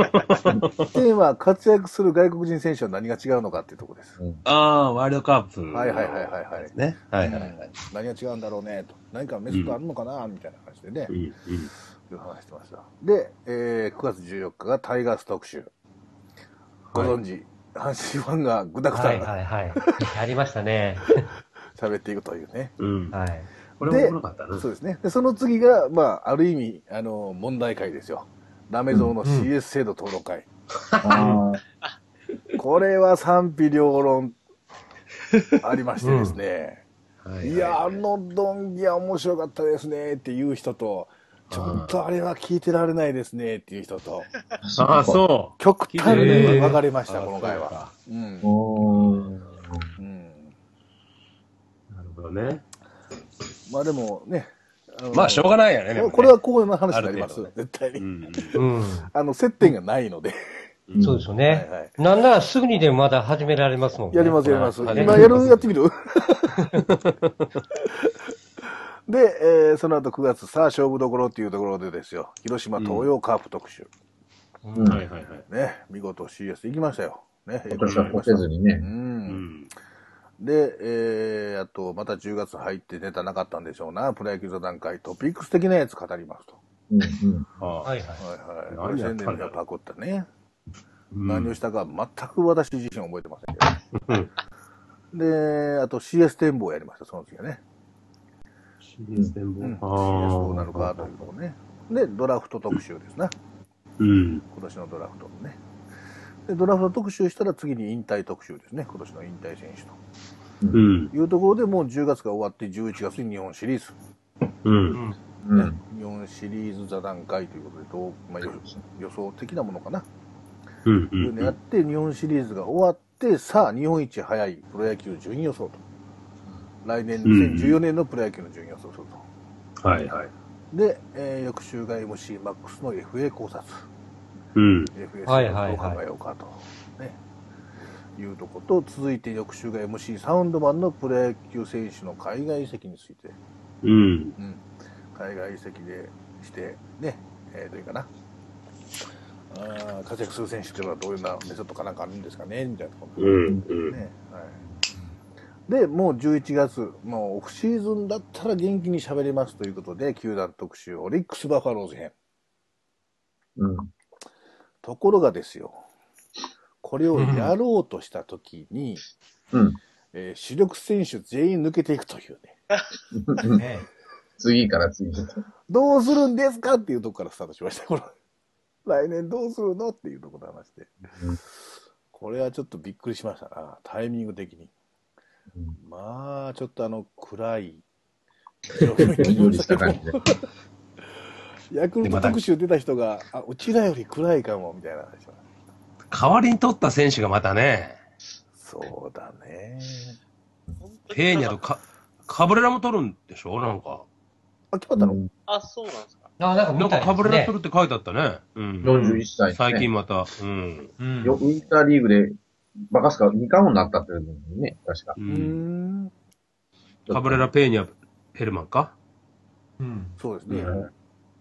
[SPEAKER 1] テーマは活躍する外国人選手は何が違うのかっていうところです。
[SPEAKER 4] ああ、ワールドカップ。
[SPEAKER 1] はいはいはいはいはい。
[SPEAKER 4] ね。はいはいはい。
[SPEAKER 1] 何が違うんだろうねと。何かメソッドあるのかな、みたいな感じでね
[SPEAKER 4] う、んうん。
[SPEAKER 1] いう話してました。で、えー9月14日がタイガース特集。ご存知、阪神ファンがぐだぐ
[SPEAKER 3] はい
[SPEAKER 1] だ
[SPEAKER 3] は いはい。ありましたね。
[SPEAKER 1] 喋っていくというね。
[SPEAKER 4] うん。
[SPEAKER 3] はい。
[SPEAKER 4] これも面白かったな。
[SPEAKER 1] そうですね。で、その次が、まあ、ある意味、あの、問題会ですよ。ダメゾーの CS 制度討論会。
[SPEAKER 2] あ
[SPEAKER 1] これは賛否両論ありましてですね。
[SPEAKER 4] はい
[SPEAKER 1] や、あのドンギは面白かったですねっていう人と、ちょっとあれは聞いてられないですねっていう人と、
[SPEAKER 4] ああ、そ
[SPEAKER 1] 極端に
[SPEAKER 4] へー
[SPEAKER 1] 分かれま
[SPEAKER 4] う。
[SPEAKER 1] した、この回は。
[SPEAKER 4] あ
[SPEAKER 1] うん
[SPEAKER 2] う。ん。
[SPEAKER 1] うん。
[SPEAKER 4] そうか。なるほどね。
[SPEAKER 1] まあでもね、の
[SPEAKER 4] まあ、しょうがないよね。でもね
[SPEAKER 1] これはここの話になりま
[SPEAKER 4] あ
[SPEAKER 1] す
[SPEAKER 4] る、
[SPEAKER 1] 絶対
[SPEAKER 4] う
[SPEAKER 1] に。
[SPEAKER 4] ん。
[SPEAKER 3] うん。
[SPEAKER 1] あの、接点がないので。
[SPEAKER 4] うん
[SPEAKER 3] そうですよ
[SPEAKER 1] は
[SPEAKER 3] ね
[SPEAKER 1] い。はい。
[SPEAKER 3] なんならすぐにでもまだ始められますもんね。
[SPEAKER 1] やります、やります。
[SPEAKER 4] は
[SPEAKER 1] 今
[SPEAKER 4] い
[SPEAKER 1] やる、やってみる で、えーその後9月、さあ勝負どころっていうところでですよ、広島東洋カープ特集。
[SPEAKER 3] う
[SPEAKER 2] うん
[SPEAKER 3] ん。
[SPEAKER 4] はいはいはい。
[SPEAKER 1] ね、見事 CS 行きましたよ。ね、
[SPEAKER 2] 今年はこけずに
[SPEAKER 1] う。
[SPEAKER 2] ね。
[SPEAKER 4] うんん。
[SPEAKER 1] で、えー、あと、また10月入ってネタなかったんでしょうな。プロ野球座談会トピックス的なやつ語りますと。
[SPEAKER 2] うんうん。
[SPEAKER 4] は。
[SPEAKER 3] はいいはい。
[SPEAKER 1] はいはい。これ
[SPEAKER 4] 何や
[SPEAKER 1] 宣
[SPEAKER 4] ったんだ
[SPEAKER 1] 伝がパコったね。何
[SPEAKER 4] 何
[SPEAKER 1] を
[SPEAKER 4] し
[SPEAKER 1] したか全く私自身覚えてませ んけど。で、あと CS 展望やりました、その次はね。うん、CS どうなるかというのをね。で、ドラフト特集ですな。
[SPEAKER 4] うん。
[SPEAKER 1] 今年のドラフトのね。で、ドラフト特集したら次に引退特集ですね。今年の引退選手と
[SPEAKER 4] うん。
[SPEAKER 1] いうところでもう10月が終わって11月に日本シリーズ。
[SPEAKER 4] うん。
[SPEAKER 2] う
[SPEAKER 1] ね
[SPEAKER 2] ん。
[SPEAKER 1] 日本シリーズ座談会ということでどう、まあ、予予想的なものかな。
[SPEAKER 4] うん。う
[SPEAKER 1] いうのやっ
[SPEAKER 4] ん。
[SPEAKER 1] て、日本シリーズが終わって、さあ、日本一早いプロ野球順位予想と。来年、
[SPEAKER 4] うん
[SPEAKER 1] 2014年のプロ野球の順位予想すると。
[SPEAKER 4] はいはい。
[SPEAKER 1] で、えー翌週が MC マックスの FA 考察。
[SPEAKER 4] うん。
[SPEAKER 1] FA
[SPEAKER 3] はい
[SPEAKER 1] 戦
[SPEAKER 3] はい
[SPEAKER 1] 略を考えようかと。ね。いうとこと、続いて翌週が MC サウンドマンのプロ野球選手の海外移籍について。
[SPEAKER 4] うん。
[SPEAKER 1] うん、海外移籍でして、ね、えー、どういうかな、あー活躍する選手っていうのはどういうようなメソッドかなんかあるんですかね、みたいなとこ
[SPEAKER 4] う
[SPEAKER 1] ろ、
[SPEAKER 4] ん。うん。
[SPEAKER 1] ねはい。で、もう11月、もうオフシーズンだったら元気に喋りますということで、球団特集、オリックス・バファローズ編。
[SPEAKER 2] うん。
[SPEAKER 1] ところがですよ、これをやろうとしたときに、
[SPEAKER 2] うん。
[SPEAKER 1] えー主力選手全員抜けていくというね、
[SPEAKER 2] うん
[SPEAKER 3] ね
[SPEAKER 2] 次から次へ。
[SPEAKER 1] どうするんですかっていうとこからスタートしました。この 来年どうするのっていうところの話で
[SPEAKER 2] うん。
[SPEAKER 1] これはちょっとびっくりしましたな。タイミング的に。
[SPEAKER 2] うん
[SPEAKER 1] まあ、ちょっとあの、暗い状 況になり
[SPEAKER 2] 料
[SPEAKER 1] ま
[SPEAKER 2] 理
[SPEAKER 1] し
[SPEAKER 2] したた
[SPEAKER 1] け
[SPEAKER 2] 感
[SPEAKER 1] ど
[SPEAKER 2] じで。
[SPEAKER 1] ヤクルト特集出た人が、あ、うちらより暗いかも、みたいな話を
[SPEAKER 4] 代わりに取った選手がまたね、
[SPEAKER 1] そうだね。
[SPEAKER 4] ペーニャとか、カブレラも取るんでしょなんか。
[SPEAKER 1] あ、決まったの、
[SPEAKER 2] うん
[SPEAKER 5] あ、そうなんですか。
[SPEAKER 3] あ、なんか
[SPEAKER 4] な
[SPEAKER 3] 見
[SPEAKER 4] ん
[SPEAKER 3] た
[SPEAKER 4] か
[SPEAKER 3] い
[SPEAKER 4] カブ
[SPEAKER 3] で
[SPEAKER 4] レラ
[SPEAKER 3] す
[SPEAKER 4] 取
[SPEAKER 3] ね。
[SPEAKER 4] るって書いてあったね。うん。
[SPEAKER 2] 41歳、ね。
[SPEAKER 4] 最近また。うん。
[SPEAKER 3] うん
[SPEAKER 2] よ。ウィンターリーグで、バカスカ2冠王になったって言うんだよね、確か。
[SPEAKER 4] う
[SPEAKER 1] うー
[SPEAKER 4] ん。
[SPEAKER 1] ん。
[SPEAKER 4] カブレラ、ペーニャ、ヘルマンか
[SPEAKER 3] うん。
[SPEAKER 1] そうです
[SPEAKER 2] う
[SPEAKER 1] ね。
[SPEAKER 2] ん。
[SPEAKER 4] まあ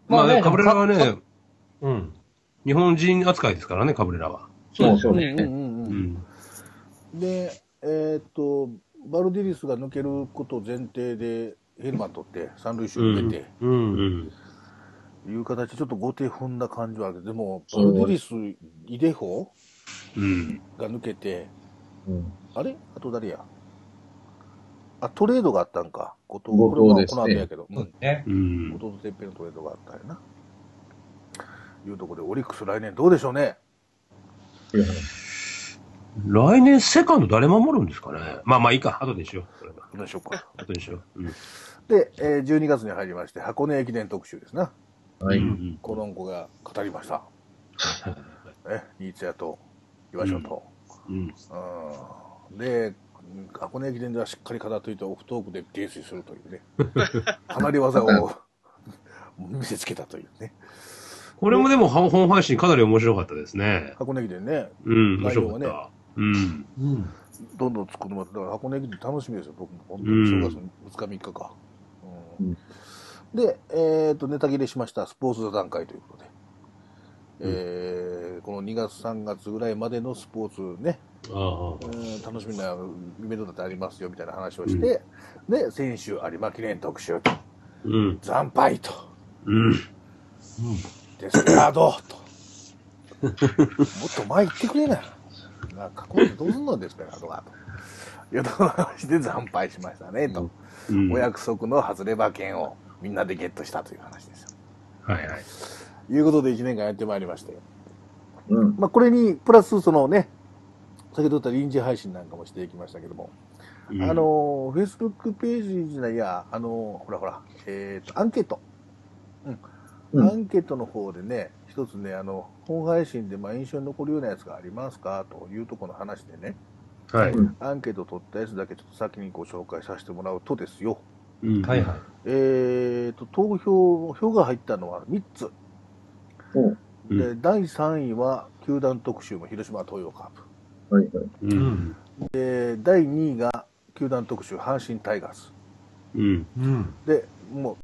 [SPEAKER 3] まあ
[SPEAKER 4] ね、
[SPEAKER 3] ね
[SPEAKER 4] カブレラは
[SPEAKER 3] か
[SPEAKER 4] ね、
[SPEAKER 3] うん。
[SPEAKER 4] 日本人扱いですからね、カブレラは。
[SPEAKER 2] そうそう
[SPEAKER 1] うんうん
[SPEAKER 2] ね。
[SPEAKER 1] うん
[SPEAKER 4] う
[SPEAKER 1] うん。
[SPEAKER 4] ん。
[SPEAKER 1] で、えーっと、バルディリスが抜けることを前提で、ヘルマン取って、三塁手抜けて、
[SPEAKER 4] うん。
[SPEAKER 1] いう形でちょっと後手踏んだ感じはあるけど、でも、バルディリス、イデホ
[SPEAKER 4] うん。
[SPEAKER 1] が抜けて、
[SPEAKER 2] うん。
[SPEAKER 1] あれあと誰やあ、トレードがあったんか。後藤、
[SPEAKER 2] 後藤
[SPEAKER 1] これは
[SPEAKER 2] です
[SPEAKER 1] こ
[SPEAKER 2] ね
[SPEAKER 1] の後やけど、う
[SPEAKER 3] そうんですね。
[SPEAKER 4] うん。
[SPEAKER 1] 後藤とてっぺんのトレードがあったんやな。いうところで、オリックス来年どうでしょうね。
[SPEAKER 2] そういう話
[SPEAKER 4] 来年セカンド誰守るんですかねまあまあいいか、後でしよう。それは
[SPEAKER 1] どうでしょうか。
[SPEAKER 4] 後でしよう。うん。
[SPEAKER 1] で、えー12月に入りまして、箱根駅伝特集ですな。
[SPEAKER 2] はい。
[SPEAKER 4] うん
[SPEAKER 1] コロンコが語りま した。ね、ニーツヤと岩所と、
[SPEAKER 4] うん。
[SPEAKER 1] うんで、箱根駅伝ではしっかり語っていて、オフトークで泥酔するという ね、離れ技を 見せつけたというね、
[SPEAKER 4] これもでも本本配信かなり面白かったですね。
[SPEAKER 1] 箱根駅伝ね、
[SPEAKER 4] うん、面
[SPEAKER 1] 内容
[SPEAKER 4] 白か
[SPEAKER 1] は
[SPEAKER 4] っ
[SPEAKER 1] ね
[SPEAKER 4] た。うん。
[SPEAKER 3] うん。
[SPEAKER 1] どんどん突っ込んでもらって、だから箱根駅伝楽しみですよ、僕も、本当
[SPEAKER 4] う
[SPEAKER 1] に
[SPEAKER 4] ん
[SPEAKER 1] 正月の2日、3日か。うん
[SPEAKER 2] うん
[SPEAKER 1] で、えっとネタ切れしました、スポーツ座談会ということで、えーこの2月3月ぐらいまでのスポーツね、
[SPEAKER 4] ああ。
[SPEAKER 1] うん楽しみなイベントだってありますよみたいな話をして、で、先週有馬記念特集と、
[SPEAKER 4] うん。
[SPEAKER 1] 惨敗と、
[SPEAKER 4] うん。
[SPEAKER 1] デスペラード と。もっと前行ってくれな。なんか、こうどうすんのデスペラードが。という話で惨敗しましたね、と。
[SPEAKER 4] うん。
[SPEAKER 1] お
[SPEAKER 4] はい
[SPEAKER 1] 約束の外れ馬券をみんなでゲットしたという話ですよ。
[SPEAKER 4] はい。
[SPEAKER 1] いうことで1年間やってまいりまして。
[SPEAKER 2] うん。
[SPEAKER 1] まあ、これに、プラス、そのね、先ほど言った臨時配信なんかもしていきましたけども、
[SPEAKER 4] うん
[SPEAKER 1] あ、の、フェイスブックページじゃないや、あの、ほらほら、えっ、と、アンケート。うん。
[SPEAKER 2] うん
[SPEAKER 1] アンケートの方でね、一つね、あの、本配信で、まあ、印象に残るようなやつがありますかというところの話でね、
[SPEAKER 4] はい。
[SPEAKER 1] アンケート取ったやつだけちょっと先にご紹介させてもらうとですよ、
[SPEAKER 4] うん
[SPEAKER 3] はいはい。
[SPEAKER 1] えっ、と、投票、票が入ったのは3つ。
[SPEAKER 2] お
[SPEAKER 4] うん
[SPEAKER 1] で、第3位は、球団特集も広島東洋カープ。
[SPEAKER 2] はいはい。
[SPEAKER 4] うん。
[SPEAKER 1] で、第2位が、球団特集阪神タイガース。
[SPEAKER 4] うん。
[SPEAKER 3] うん。
[SPEAKER 1] で、もう、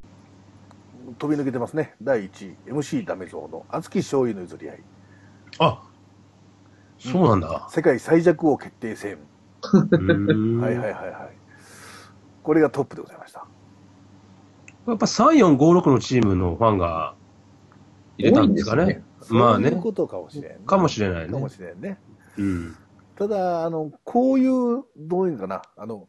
[SPEAKER 1] 飛び抜けてますね。第1位、MC ダメゾウの熱き勝利の譲り合い。
[SPEAKER 4] あそうなんだ。
[SPEAKER 1] 世界最弱王決定戦。
[SPEAKER 4] は
[SPEAKER 1] はいはいはいはい。これがトップでございました。
[SPEAKER 4] やっぱ3、4、5、6のチームのファンが入れたんですかね。
[SPEAKER 2] 多いんで
[SPEAKER 4] まあ
[SPEAKER 1] そうい
[SPEAKER 4] ね
[SPEAKER 1] う。ことかもしれんね、
[SPEAKER 4] かもしれない
[SPEAKER 1] か
[SPEAKER 4] ね
[SPEAKER 1] も。しれんね。
[SPEAKER 4] うん。
[SPEAKER 1] ただ、あの、こういう、どういうのかな、あの、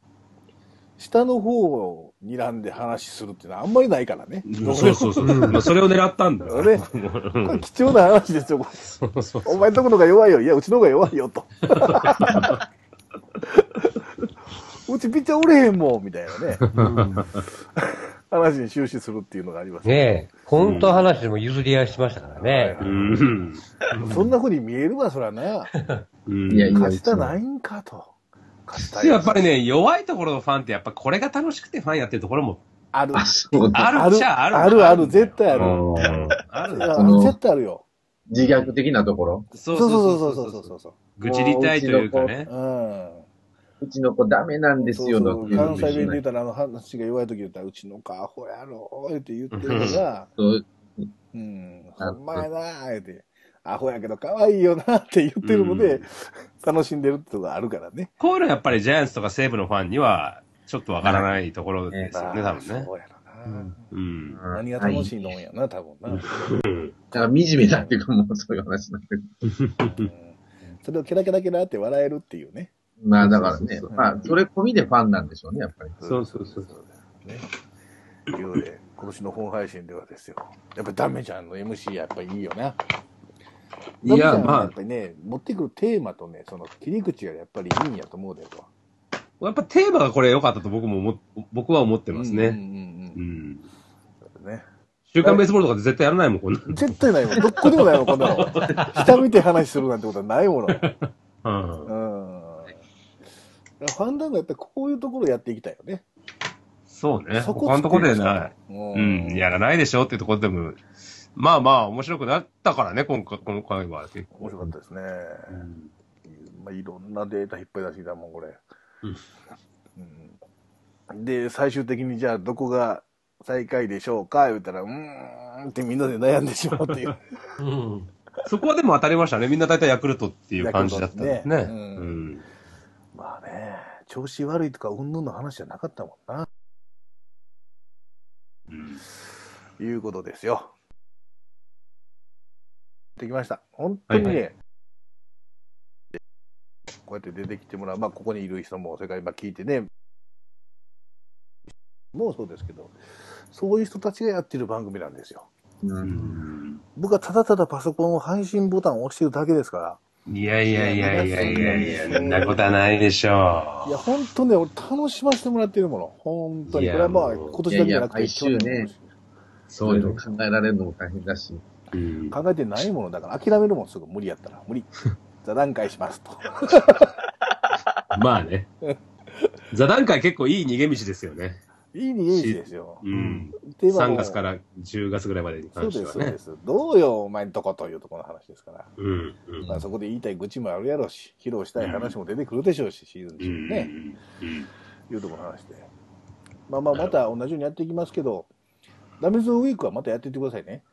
[SPEAKER 1] 下の方を睨んで話するっていうのはあんまりないからね。
[SPEAKER 4] そうそうそう。まあそれを狙った んだよ。
[SPEAKER 1] ね、これ貴重な話ですよ、これ
[SPEAKER 4] そうそう
[SPEAKER 1] お前んとこのが弱いよ。いや、うちの方が弱いよ、と。うちピッチャーおれへんもん、みたいなね。話に終始するっていうのがあります。
[SPEAKER 3] ねえ、本当話でも譲り合いしましたからね。
[SPEAKER 4] うん。
[SPEAKER 1] そんな風に見えるわ、そらな。
[SPEAKER 4] うん
[SPEAKER 2] いやいや
[SPEAKER 1] 勝ちたないんかと。勝ちたい。
[SPEAKER 4] やっぱりね、弱いところのファンって、やっぱこれが楽しくてファンやってるところも
[SPEAKER 1] ある。
[SPEAKER 2] あ、そうだ。
[SPEAKER 4] あるっちゃある。
[SPEAKER 1] あるある、絶対ある。
[SPEAKER 4] ある
[SPEAKER 1] い
[SPEAKER 4] んだ
[SPEAKER 1] や
[SPEAKER 2] その
[SPEAKER 1] 絶対あるよ。
[SPEAKER 2] 自虐的なところ。
[SPEAKER 4] そ
[SPEAKER 1] そううそ
[SPEAKER 4] そう
[SPEAKER 1] そ
[SPEAKER 4] うそう
[SPEAKER 1] そ
[SPEAKER 4] うそう
[SPEAKER 1] そ
[SPEAKER 4] うそうう
[SPEAKER 1] そうそう。
[SPEAKER 4] 愚痴りたいというかね。
[SPEAKER 1] うん。
[SPEAKER 2] うちの子ダメなんですよ、
[SPEAKER 1] そうそう関西弁で言
[SPEAKER 2] 言
[SPEAKER 1] うたら、あの、話が弱い時言ったら、うちの子アホやろ、って言ってるのが、
[SPEAKER 2] そう
[SPEAKER 1] うん、ほ
[SPEAKER 2] なるほど
[SPEAKER 1] んまやなーって、アホやけど可愛いよなーって言ってるので、
[SPEAKER 4] う
[SPEAKER 1] 楽しんでるってとこがあるからね。
[SPEAKER 4] こういうのやっぱりジャイアンツとか西武のファンには、ちょっとわからないところですよね、
[SPEAKER 1] ま
[SPEAKER 4] 多
[SPEAKER 1] あ
[SPEAKER 4] 分ね。
[SPEAKER 1] そうやろな、
[SPEAKER 4] うん。
[SPEAKER 1] 何が楽しいのんやな、多分な。
[SPEAKER 2] だから惨めだっていうか、もうそういう話になってる。
[SPEAKER 1] うんそれをケラケラケラって笑えるっていうね。
[SPEAKER 2] まあだからね
[SPEAKER 1] そうそう、そう。
[SPEAKER 2] まあそれ込みでファンなんでしょうね、やっぱり。
[SPEAKER 4] そうそうそう
[SPEAKER 1] ね。いうので、今年の本配信ではですよ。やっぱりダメちゃんの MC やっぱりいいよな。ダ
[SPEAKER 4] いや
[SPEAKER 1] メちゃんは
[SPEAKER 4] まあ
[SPEAKER 1] やっぱりね、持ってくるテーマとね、その切り口がやっぱりいいんやと思うでと。
[SPEAKER 4] やっぱテーマがこれ良かったと僕も思っ、僕は思ってます
[SPEAKER 1] うん
[SPEAKER 4] ね。
[SPEAKER 1] うん
[SPEAKER 4] う
[SPEAKER 1] うん
[SPEAKER 4] ん。
[SPEAKER 1] うん。ね。
[SPEAKER 4] 週刊ベースボールとかで絶対やらないもん、こんな
[SPEAKER 1] 絶対ないもん。どっこでもないもん、こんなの。 下見て話するなんてことはないもの。うん。
[SPEAKER 4] の。うん。
[SPEAKER 1] ファンダンがやっぱりこういうところやっていきたいよね。
[SPEAKER 4] そうね。
[SPEAKER 1] そこ
[SPEAKER 4] 他のところでない。
[SPEAKER 1] う
[SPEAKER 4] うん、やらないでしょっていうところでも、まあまあ面白くなったからね、今回、今回は結構。
[SPEAKER 1] 面白かったですね。
[SPEAKER 4] うん
[SPEAKER 1] まあ、いろんなデータ引っ張り出してきたもん、これ。
[SPEAKER 4] うん
[SPEAKER 1] うんで、最終的にじゃあどこが最下位でしょうか言ったら、うーんってみんなで悩んでしまうっていう。
[SPEAKER 3] うん。
[SPEAKER 4] そこはでも当たりましたね。みんな大体ヤクルトっていう感じだったんですね。
[SPEAKER 1] ヤクルト
[SPEAKER 4] う
[SPEAKER 1] ですねうん
[SPEAKER 4] ん。
[SPEAKER 1] まあね、調子悪いとかうんぬんの話じゃなかったもんな。いうことですよ。できました。本当にね、
[SPEAKER 4] はい
[SPEAKER 1] こうやって出てきてもらう、まあ、ここにいる人も、それから今聞いてね、もうそうですけど、そういう人たちがやってる番組なんですよ。
[SPEAKER 2] う。
[SPEAKER 4] うんん
[SPEAKER 1] 僕はただただパソコンを配信ボタンを押してるだけですから、
[SPEAKER 4] いやいやいやいやいやいや、そんなことはないでしょ
[SPEAKER 1] いや、本当ね、俺楽しませてもらってるもの。本当に。
[SPEAKER 4] いや
[SPEAKER 1] これはまあ、
[SPEAKER 4] もう
[SPEAKER 1] 今年だけじゃなく
[SPEAKER 2] い
[SPEAKER 1] て、
[SPEAKER 2] やいや毎週ね
[SPEAKER 4] う。
[SPEAKER 2] そういうの考えられるのも大変だし。
[SPEAKER 4] う
[SPEAKER 1] 去年も
[SPEAKER 4] ん
[SPEAKER 1] 考えてないものだから、諦めるもん、すぐ無理やったら、無理。座談会しますと。
[SPEAKER 4] まあね。座談会結構いい逃げ道ですよね。
[SPEAKER 1] いいにいいですよ。
[SPEAKER 4] うん。
[SPEAKER 1] テーマも
[SPEAKER 4] 3月から10月ぐらいまでに
[SPEAKER 1] そう
[SPEAKER 4] 関して
[SPEAKER 1] です、
[SPEAKER 4] は
[SPEAKER 1] そう
[SPEAKER 4] ね
[SPEAKER 1] で。す。どうよ、お前んとこというところの話ですから。
[SPEAKER 4] うん。
[SPEAKER 1] まあ、そこで言いたい愚痴もあるやろうし、披露したい話も出てくるでしょうし、シーズン
[SPEAKER 4] う
[SPEAKER 1] 中に
[SPEAKER 4] ん。
[SPEAKER 1] ね、いうところの話で。まあまあ、また同じようにやっていきますけど、ダメズウィークはまたやっていってくださいね。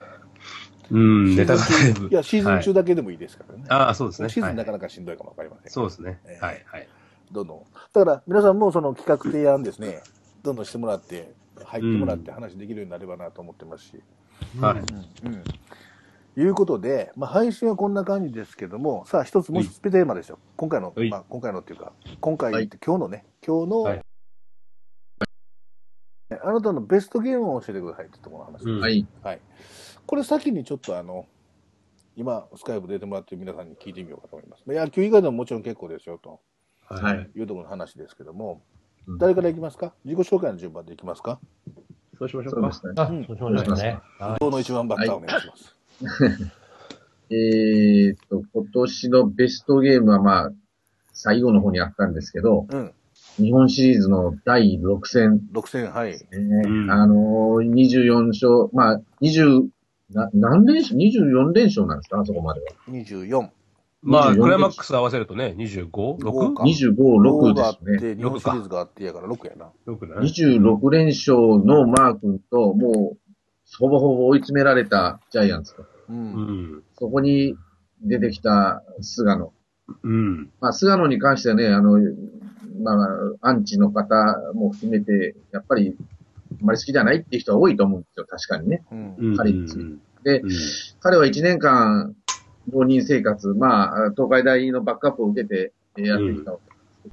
[SPEAKER 4] うん、ネタがだいぶ
[SPEAKER 1] い。や、シーズン中だけでもいいですからね。
[SPEAKER 4] ああ、そうですね。
[SPEAKER 1] シーズンな
[SPEAKER 4] はい
[SPEAKER 1] かなかしんどいかもわかりません。
[SPEAKER 4] そうですね
[SPEAKER 1] え。ー
[SPEAKER 4] はい、はい。
[SPEAKER 1] どんどん。だから、皆さんもその企画提案ですね、どんどんしてもらって、入ってもらって話できるようになればなと思ってますし。
[SPEAKER 4] はい。
[SPEAKER 1] うん。うんいうことで、まあ、配信はこんな感じですけども、さあ、一つ、もう一つテーマですよ。今回の
[SPEAKER 4] は、い
[SPEAKER 1] まあ、今回のっていうか、今回、
[SPEAKER 2] は
[SPEAKER 1] 今
[SPEAKER 2] い
[SPEAKER 1] 日のね、今日の、
[SPEAKER 4] はい
[SPEAKER 1] あなたのベストゲームを教えてくださいってところの話。
[SPEAKER 4] うん
[SPEAKER 2] はい。
[SPEAKER 1] はい。これ先にちょっとあの、今、スカイプ出てもらってる皆さんに聞いてみようかと思います。まあ野球以外でももちろん結構ですよ、と
[SPEAKER 4] は
[SPEAKER 2] はい
[SPEAKER 4] い。
[SPEAKER 1] いうところの話ですけども、
[SPEAKER 2] うん
[SPEAKER 1] 誰からいきますか自己紹介の順番でいきますか
[SPEAKER 4] そうしましょ
[SPEAKER 2] そう
[SPEAKER 4] う
[SPEAKER 2] で
[SPEAKER 4] か。
[SPEAKER 2] すね。
[SPEAKER 3] あ、そうしましょうね。はい。
[SPEAKER 1] どの一番バッターお願いします。
[SPEAKER 2] えーっと、今年のベストゲームはまあ、最後の方にあったんですけど、
[SPEAKER 1] うん。
[SPEAKER 2] 日本シリーズの第6戦、
[SPEAKER 1] 6戦、はい。
[SPEAKER 2] ね
[SPEAKER 4] ん
[SPEAKER 2] あのー、24勝、まあ、20、な何連勝 ?24 連勝なんですかあそこまでは。
[SPEAKER 1] 24。
[SPEAKER 4] まあ、
[SPEAKER 2] 24
[SPEAKER 4] クライマックス合わせるとね、25、
[SPEAKER 1] 5
[SPEAKER 4] 6?
[SPEAKER 1] か
[SPEAKER 2] 25、
[SPEAKER 1] 五
[SPEAKER 2] 6
[SPEAKER 1] があっ
[SPEAKER 2] です
[SPEAKER 1] て、
[SPEAKER 2] ね。
[SPEAKER 1] 日本シリーズがあってやから6やな。
[SPEAKER 4] 6だね。
[SPEAKER 2] 26連勝のマー君と、もう、ほぼほぼ追い詰められたジャイアンツと。
[SPEAKER 1] う。
[SPEAKER 4] うんん。
[SPEAKER 2] そこに出てきた菅野。
[SPEAKER 4] うん。
[SPEAKER 2] まあ、菅野に関してはね、あの、まあ、アンチの方も含めて、やっぱり、あんまり好きじゃないっていう人は多いと思うんですよ、確かにね。
[SPEAKER 1] うん。
[SPEAKER 4] うん。
[SPEAKER 2] 彼
[SPEAKER 4] うん
[SPEAKER 2] で
[SPEAKER 4] う、ん
[SPEAKER 2] 彼は1年間、浪人生活、まあ、東海大のバックアップを受けてえーやってきたわけ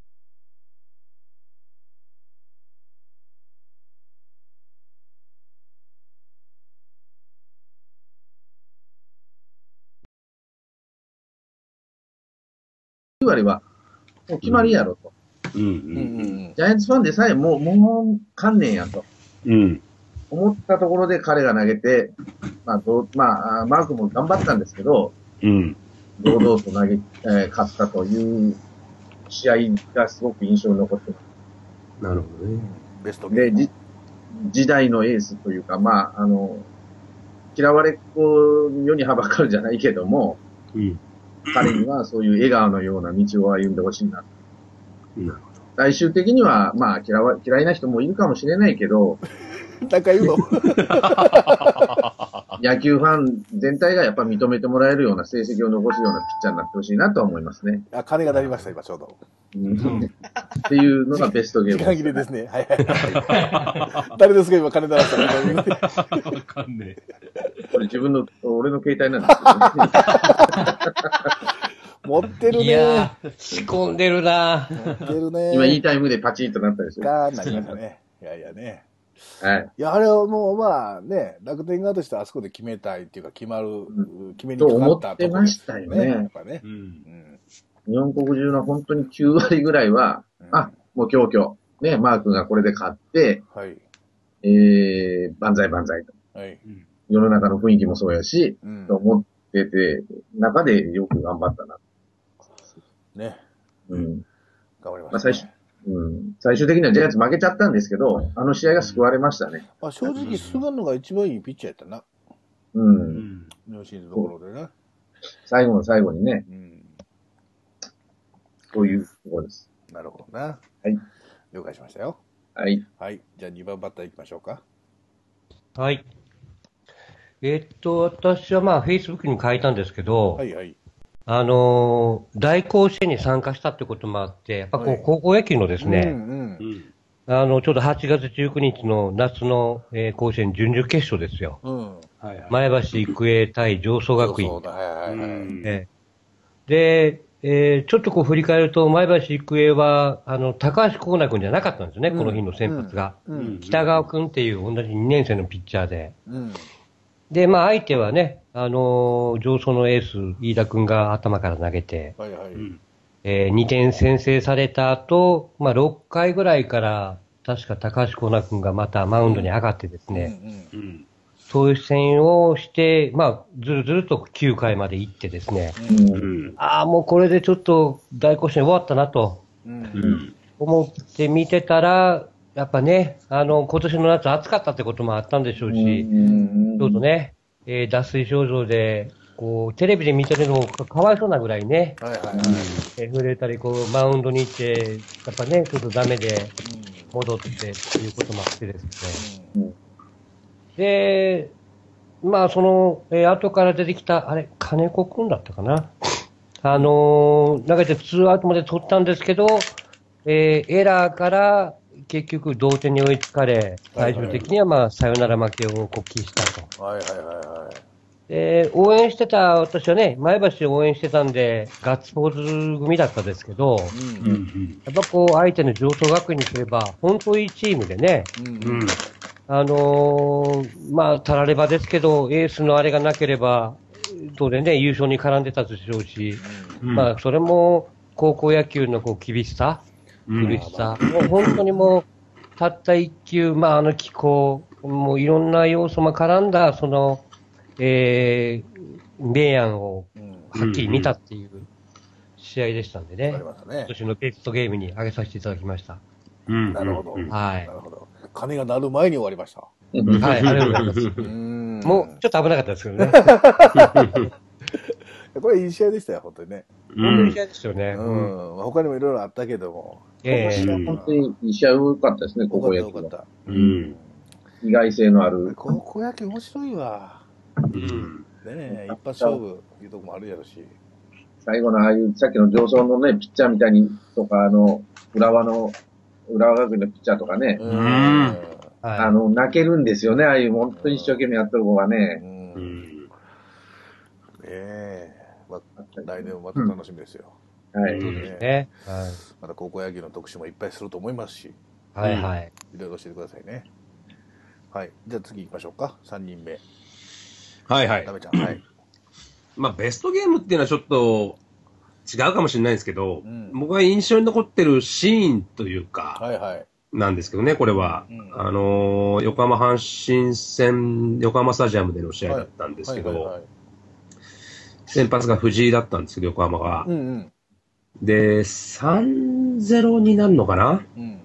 [SPEAKER 2] です。9割は、もう決まりやろと。
[SPEAKER 4] う
[SPEAKER 1] うん
[SPEAKER 4] ん。
[SPEAKER 1] うん
[SPEAKER 2] ジャイアンツファンでさえもう、もう、観念やと。
[SPEAKER 4] うん。
[SPEAKER 2] 思ったところで彼が投げて、まあ、どうまあ、あーマークも頑張ったんですけど、
[SPEAKER 4] うん。
[SPEAKER 2] 堂々と投げ、えー勝ったという試合がすごく印象に残ってま
[SPEAKER 4] なるほど
[SPEAKER 1] う
[SPEAKER 4] ね。
[SPEAKER 1] ん。ベスト
[SPEAKER 2] す。
[SPEAKER 1] ゲ
[SPEAKER 2] で、
[SPEAKER 1] ーム
[SPEAKER 2] じ。時代のエースというか、まあ、あの、嫌われっ子に世にはばかるじゃないけども、
[SPEAKER 4] うん。
[SPEAKER 2] 彼にはそういう笑顔のような道を歩んでほしいな。
[SPEAKER 4] なる
[SPEAKER 2] 最終的には、まあ、嫌わ、嫌いな人もいるかもしれないけど、
[SPEAKER 1] なんか言うの
[SPEAKER 2] 野球ファン全体がやっぱ認めてもらえるような成績を残すようなピッチャーになってほしいなとは思いますね。
[SPEAKER 1] あ、金が鳴りました、今ちょうど。
[SPEAKER 4] ん
[SPEAKER 2] っていうのがベストゲー
[SPEAKER 1] 時間
[SPEAKER 2] ム。
[SPEAKER 1] 切れですね。はいはいはい。誰ですか、今金鳴らしたの
[SPEAKER 4] ほど。わかんねえ。
[SPEAKER 2] これ自分の、俺の携帯なんです けど、ね、
[SPEAKER 1] 持ってる
[SPEAKER 3] い
[SPEAKER 1] ね。
[SPEAKER 3] やー、仕込んでるな
[SPEAKER 1] 持ってるね。
[SPEAKER 2] 今いいタイムでパチンとなったでしょ。
[SPEAKER 1] ガーンなりましたね。いやいやね。
[SPEAKER 2] はい。
[SPEAKER 1] いや、あれはもうまあね、楽天側としてはあそこで決めたいっていうか、決まる、決めに
[SPEAKER 2] と
[SPEAKER 1] かか
[SPEAKER 2] 思
[SPEAKER 1] った
[SPEAKER 2] っ
[SPEAKER 1] と
[SPEAKER 2] て
[SPEAKER 1] ころ
[SPEAKER 2] ま
[SPEAKER 1] で
[SPEAKER 2] し
[SPEAKER 1] す
[SPEAKER 2] たよ
[SPEAKER 1] ね。や
[SPEAKER 2] ね
[SPEAKER 1] っ。ぱね
[SPEAKER 4] う。ん
[SPEAKER 1] う。ん
[SPEAKER 2] 日本国中の本当に9割ぐらいは、あ、もう今日今日、ね、マー君がこれで勝って、
[SPEAKER 1] はい。
[SPEAKER 2] えー、万歳万歳と。
[SPEAKER 1] はい。
[SPEAKER 2] 世の中の雰囲気もそうやし、
[SPEAKER 1] うん
[SPEAKER 2] と。思ってて、中でよく頑張ったな。
[SPEAKER 1] ね。
[SPEAKER 2] うん。
[SPEAKER 1] 頑張りま
[SPEAKER 2] まあ
[SPEAKER 1] した
[SPEAKER 2] 最
[SPEAKER 1] ね
[SPEAKER 2] 終。うん、最終的にはジャイアンツ負けちゃったんですけど、あの試合が救われましたね。
[SPEAKER 1] あ正直、菅野が一番いいピッチャーやったな。
[SPEAKER 2] う。
[SPEAKER 4] うんん。
[SPEAKER 1] 日本シリーズのところでな。
[SPEAKER 2] 最後の最後にね、
[SPEAKER 1] うん。
[SPEAKER 2] そういうところです。
[SPEAKER 1] なるほどな。
[SPEAKER 2] はい。
[SPEAKER 1] 了解しましたよ。
[SPEAKER 2] はい。
[SPEAKER 1] はい。じゃあ2番バッター行きましょうか。
[SPEAKER 3] はい。えっと、私はまあ、Facebook に書いたんですけど、
[SPEAKER 1] はいはい。
[SPEAKER 3] あのー、大甲子園に参加したってこともあって、やっぱこ
[SPEAKER 1] は
[SPEAKER 3] う
[SPEAKER 1] い、
[SPEAKER 3] 高校野球のです
[SPEAKER 1] う
[SPEAKER 3] ね、
[SPEAKER 1] んうん。
[SPEAKER 3] あの、ちょうど8月19日の夏の、えー甲子園準々決勝ですよ。
[SPEAKER 1] うん。
[SPEAKER 4] はいはい。
[SPEAKER 3] 前橋育英対上層学院。
[SPEAKER 1] そうだ。はいはいはい。
[SPEAKER 3] ええで、えーちょっとこう振り返ると、前橋育英は、あの、高橋光成君じゃなかったんですね、
[SPEAKER 1] うん
[SPEAKER 3] この日の先発が。
[SPEAKER 1] うん。
[SPEAKER 3] 北川君っていう同じ2年生のピッチャーで。
[SPEAKER 1] うん。
[SPEAKER 3] で、まあ相手はね、あのー上層のエース、飯田君が頭から投げて、
[SPEAKER 1] はいはい。
[SPEAKER 4] うん。
[SPEAKER 3] え2点先制された後、まあ6回ぐらいから、確か高橋光成君がまたマウンドに上がってですね、
[SPEAKER 1] うん
[SPEAKER 4] うん。
[SPEAKER 3] そういう戦をして、まあ、ずるずると9回まで行ってですね、
[SPEAKER 1] う
[SPEAKER 2] うん
[SPEAKER 4] うん。
[SPEAKER 3] ああ、もうこれでちょっと大甲子園終わったなと
[SPEAKER 1] うん。うん。
[SPEAKER 4] うん。
[SPEAKER 3] 思って見てたら、やっぱね、あの、今年の夏暑かったってこともあったんでしょうし、
[SPEAKER 2] ん
[SPEAKER 3] ちょうどね、えー脱水症状で、こう、テレビで見てるのもかかわいそうなぐらいね、
[SPEAKER 1] はいはいはい。
[SPEAKER 3] えー震えたり、こう、マウンドに行って、やっぱね、ちょっとダメで戻ってっていうこともあってですね。
[SPEAKER 1] うん
[SPEAKER 3] で、まあ、その、えー後から出てきた、あれ、金子くんだったかな。あのー投げて普通アウトまで取ったんですけど、えーエラーから結局同点に追いつかれ、最終的にはまあ、サヨナラ負けをこう喫したと。
[SPEAKER 1] はいはいは
[SPEAKER 3] で、応援してた、私はね、前橋を応援してたんで、ガッツポーズ組だったですけど、
[SPEAKER 1] い。うん
[SPEAKER 4] う。ん
[SPEAKER 3] やっぱこう、相手の上等学院にすれば、本当いいチームでね、
[SPEAKER 1] うん
[SPEAKER 4] うん。うん。
[SPEAKER 3] あのーまあ、たらればですけど、エースのあれがなければ、当然ね、優勝に絡んでたでしょうし、まあ、それも高校野球のこう厳しさ、
[SPEAKER 4] うん
[SPEAKER 3] 厳しさ、もう本当にもう、たった1球、まあ、あの気候、もういろんな要素も絡んだ、その、えー、明暗を
[SPEAKER 1] うん。
[SPEAKER 3] はっきり見たっていう試合でしたんでね、
[SPEAKER 1] わかりましたね
[SPEAKER 3] 今。年のベストゲームに挙げさせていただきました。
[SPEAKER 4] うん
[SPEAKER 1] なるほど
[SPEAKER 4] うん
[SPEAKER 3] は
[SPEAKER 1] ない る。ほど。鐘が鳴る前に終わりました。
[SPEAKER 3] はい、ありがとうございます。
[SPEAKER 1] うーん
[SPEAKER 3] もう、ちょっと危なかったですけどね。
[SPEAKER 1] これいい試合でしたよ、本当にね。
[SPEAKER 4] うん
[SPEAKER 3] 嫌ですよ
[SPEAKER 1] う
[SPEAKER 3] ね。うん。
[SPEAKER 1] ん。他にもいろいろあったけども。
[SPEAKER 3] ええ
[SPEAKER 4] うん
[SPEAKER 2] 本当にいい試合多かったですね、
[SPEAKER 1] よ
[SPEAKER 2] 高
[SPEAKER 1] か
[SPEAKER 2] 校
[SPEAKER 1] った
[SPEAKER 2] 野
[SPEAKER 1] よ
[SPEAKER 2] 球
[SPEAKER 1] かっ
[SPEAKER 2] は。
[SPEAKER 1] た。
[SPEAKER 4] うん。
[SPEAKER 2] 意外性のある。
[SPEAKER 1] 高校野球面白いわ。
[SPEAKER 4] うん
[SPEAKER 1] ねえ、一発勝負いうとこもあるやろし。
[SPEAKER 2] 最後のああいう、さっきの上層のね、ピッチャーみたいに、とか、あの、浦和の、浦和学院のピッチャーとかね、
[SPEAKER 1] うん
[SPEAKER 4] ん
[SPEAKER 2] あ
[SPEAKER 3] は
[SPEAKER 2] の、泣けるんですよね、ああいう、本当に一生懸命やってる子が
[SPEAKER 1] う
[SPEAKER 2] ね。
[SPEAKER 1] ん
[SPEAKER 4] う
[SPEAKER 1] ね
[SPEAKER 4] ん
[SPEAKER 1] え。ま来年もまた楽しみですよ。
[SPEAKER 2] は
[SPEAKER 4] う
[SPEAKER 2] い。
[SPEAKER 4] ん
[SPEAKER 3] い。ね。は
[SPEAKER 1] また高校野球の特集もいっぱいすると思いますし、
[SPEAKER 3] い。はいはい。
[SPEAKER 1] いろいろ教えてくださいね。はい。じゃあ次行きましょうか。3人目。
[SPEAKER 4] はいはい
[SPEAKER 1] ダ。メちゃん。はい。
[SPEAKER 4] まあ、ベストゲームっていうのはちょっと違うかもしれないんですけど、
[SPEAKER 1] うん
[SPEAKER 4] 僕が印象に残ってるシーンというか、
[SPEAKER 1] はいはい。
[SPEAKER 4] なんですけどね、これは。
[SPEAKER 1] うん
[SPEAKER 4] あのー横浜阪神戦、横浜スタジアムでの試合だったんですけ
[SPEAKER 1] はいはい
[SPEAKER 4] ど
[SPEAKER 1] は、い
[SPEAKER 4] 先発が藤井だったんですけど、横浜が
[SPEAKER 1] う。んうん。
[SPEAKER 4] で、3-0になるのかな
[SPEAKER 1] うん。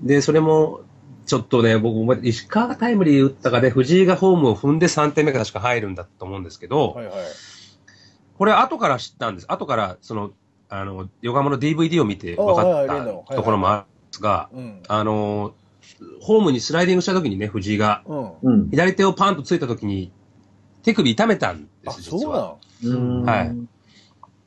[SPEAKER 4] で、それも、ちょっとね、僕も石川がタイムリー打ったかで、藤井がホームを踏んで3点目が確か入るんだと思うんですけど、
[SPEAKER 1] はいはい。
[SPEAKER 4] これ後から知ったんです。後から、その、あの、横浜の DVD を見て分
[SPEAKER 1] あは
[SPEAKER 4] か
[SPEAKER 1] い
[SPEAKER 4] っ
[SPEAKER 1] はい例の
[SPEAKER 4] たところもあるんですが、
[SPEAKER 1] うん。
[SPEAKER 4] あの、ホームにスライディングした時にね、藤井が、
[SPEAKER 1] うん。
[SPEAKER 2] うん。
[SPEAKER 4] 左手をパンとついた時に、手首痛めたんで
[SPEAKER 1] あ、
[SPEAKER 4] す、
[SPEAKER 1] そう
[SPEAKER 4] 実
[SPEAKER 1] な
[SPEAKER 4] は。
[SPEAKER 1] の
[SPEAKER 2] うん
[SPEAKER 4] はい。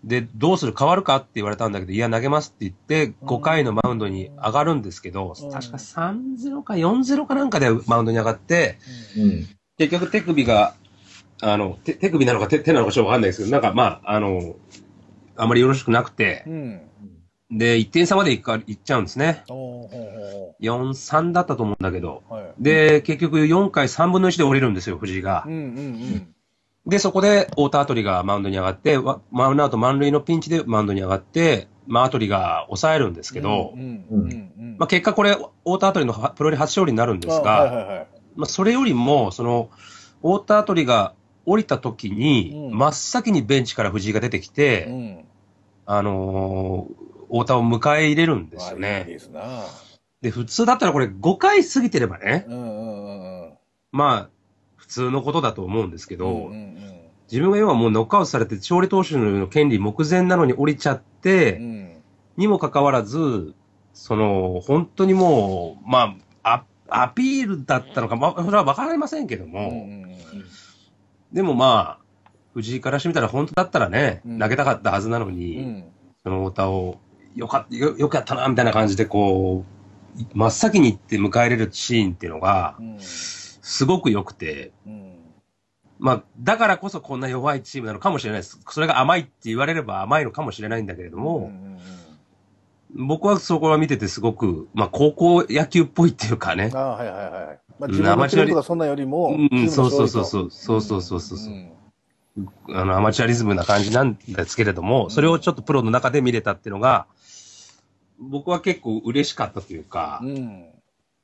[SPEAKER 4] で、どうする変わるかって言われたんだけど、いや、投げますって言って、
[SPEAKER 1] うん
[SPEAKER 4] 5回のマウンドに上がるんですけど、
[SPEAKER 1] うん
[SPEAKER 4] 確か3-0か4-0かなんかでマウンドに上がって、
[SPEAKER 2] うん。
[SPEAKER 4] 結局手首が、あの、手手首なのか手手なのかちょっとわかんないですけど、なんかまあ、あの、あまりよろしくなくて、
[SPEAKER 1] うん。
[SPEAKER 4] で、1点差までいかいっちゃうんですね。
[SPEAKER 1] おーほうほ
[SPEAKER 4] 4-3だったと思うんだけど。
[SPEAKER 1] うほう。はい。
[SPEAKER 4] で、結局4回3分の1で降りるんですよ、藤井が
[SPEAKER 1] うん。うん
[SPEAKER 4] で、そこで、太田アトリがマウンドに上がって、わワンアウト満塁のピンチでマウンドに上がって、まあ、アトリが抑えるんですけど、
[SPEAKER 1] うんうんうん。
[SPEAKER 4] まあ、結果これ、太田アトリのはプロ入り初勝利になるんですが、
[SPEAKER 1] あはいはいはい。
[SPEAKER 4] まあ、それよりも、その、太田アトリが降りた時に、
[SPEAKER 1] うん
[SPEAKER 4] 真っ先にベンチから藤井が出てきて、
[SPEAKER 1] うん。
[SPEAKER 4] あのー太田を迎え入れるんですよ
[SPEAKER 1] まあいい
[SPEAKER 4] ね。
[SPEAKER 1] ですな。
[SPEAKER 4] で、普通だったらこれ5回過ぎてればね、
[SPEAKER 1] うんうんうんうん。
[SPEAKER 4] まあ、普通のことだと思うんですけど、
[SPEAKER 1] うんうん
[SPEAKER 4] 自分が要はもうノックアウトされて勝利投手の権利目前なのに降りちゃって、
[SPEAKER 1] うんうん。
[SPEAKER 4] にもかかわらず、その、本当にもう、まあ、アアピールだったのか、まあ、それはわかりませんけど
[SPEAKER 1] うん
[SPEAKER 4] も、
[SPEAKER 1] うんうん
[SPEAKER 4] でもまあ、藤井からしてみたら本当だったらね、
[SPEAKER 1] うん
[SPEAKER 4] 投げたかったはずなのに、
[SPEAKER 1] うん
[SPEAKER 4] その太田を、よかった、よよくやったな、みたいな感じでこう、真っ先に行って迎え入れるシーンっていうのが
[SPEAKER 1] う、ん
[SPEAKER 4] すごく良くて、
[SPEAKER 1] うん
[SPEAKER 4] まあ、だからこそこんな弱いチームなのかもしれないです。それが甘いって言われれば甘いのかもしれないんだけれど
[SPEAKER 1] うんう
[SPEAKER 4] も、
[SPEAKER 1] ん
[SPEAKER 4] 僕はそこは見ててすごく、まあ、高校野球っぽいっていうかね。
[SPEAKER 1] あはいはいはいはい。まあ
[SPEAKER 4] うん
[SPEAKER 1] 自分のプレーとかそんなより
[SPEAKER 4] う
[SPEAKER 1] も
[SPEAKER 4] ん、うん、そうそうそう
[SPEAKER 1] う
[SPEAKER 4] そう、そうそうそうそうそう、
[SPEAKER 1] ん
[SPEAKER 4] あの、アマチュアリズムな感じなんですけれども、それをちょっとプロの中で見れたっていうのが、僕は結構嬉しかったというか
[SPEAKER 1] う、ん。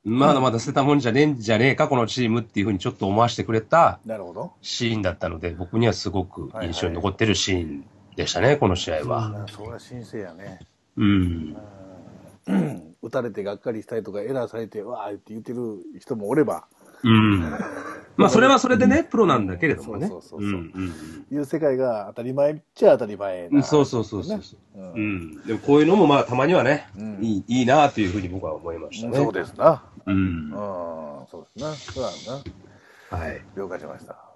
[SPEAKER 4] まだまだ捨てたもんじゃねえんじゃねえか、このチームっていうふうにちょっと思わせてくれた
[SPEAKER 1] なるほど。
[SPEAKER 4] シーンだったので、僕にはすごく印象に残ってるシーンでしたね、この試合は。
[SPEAKER 1] あそれは神聖やね。
[SPEAKER 4] うん。
[SPEAKER 1] うん 打たれてがっかりしたりとか、エラーされて、わーって言ってる人もおれば、
[SPEAKER 4] うん。まあ、それはそれでね、プロなんだけれどもね。
[SPEAKER 1] そうそうそうそうんいう世界が当たり前っちゃ当たり前
[SPEAKER 4] うん
[SPEAKER 1] な。
[SPEAKER 4] そうそうそうそう。
[SPEAKER 1] うん
[SPEAKER 4] うん。でも、こういうのも、まあ、たまにはね、
[SPEAKER 1] うん
[SPEAKER 4] いい、いいなというふうに僕は思いましたね。
[SPEAKER 1] そうですな。
[SPEAKER 4] うん。
[SPEAKER 1] うん、そうですな。そうだな。
[SPEAKER 4] はい。
[SPEAKER 1] 了解しました。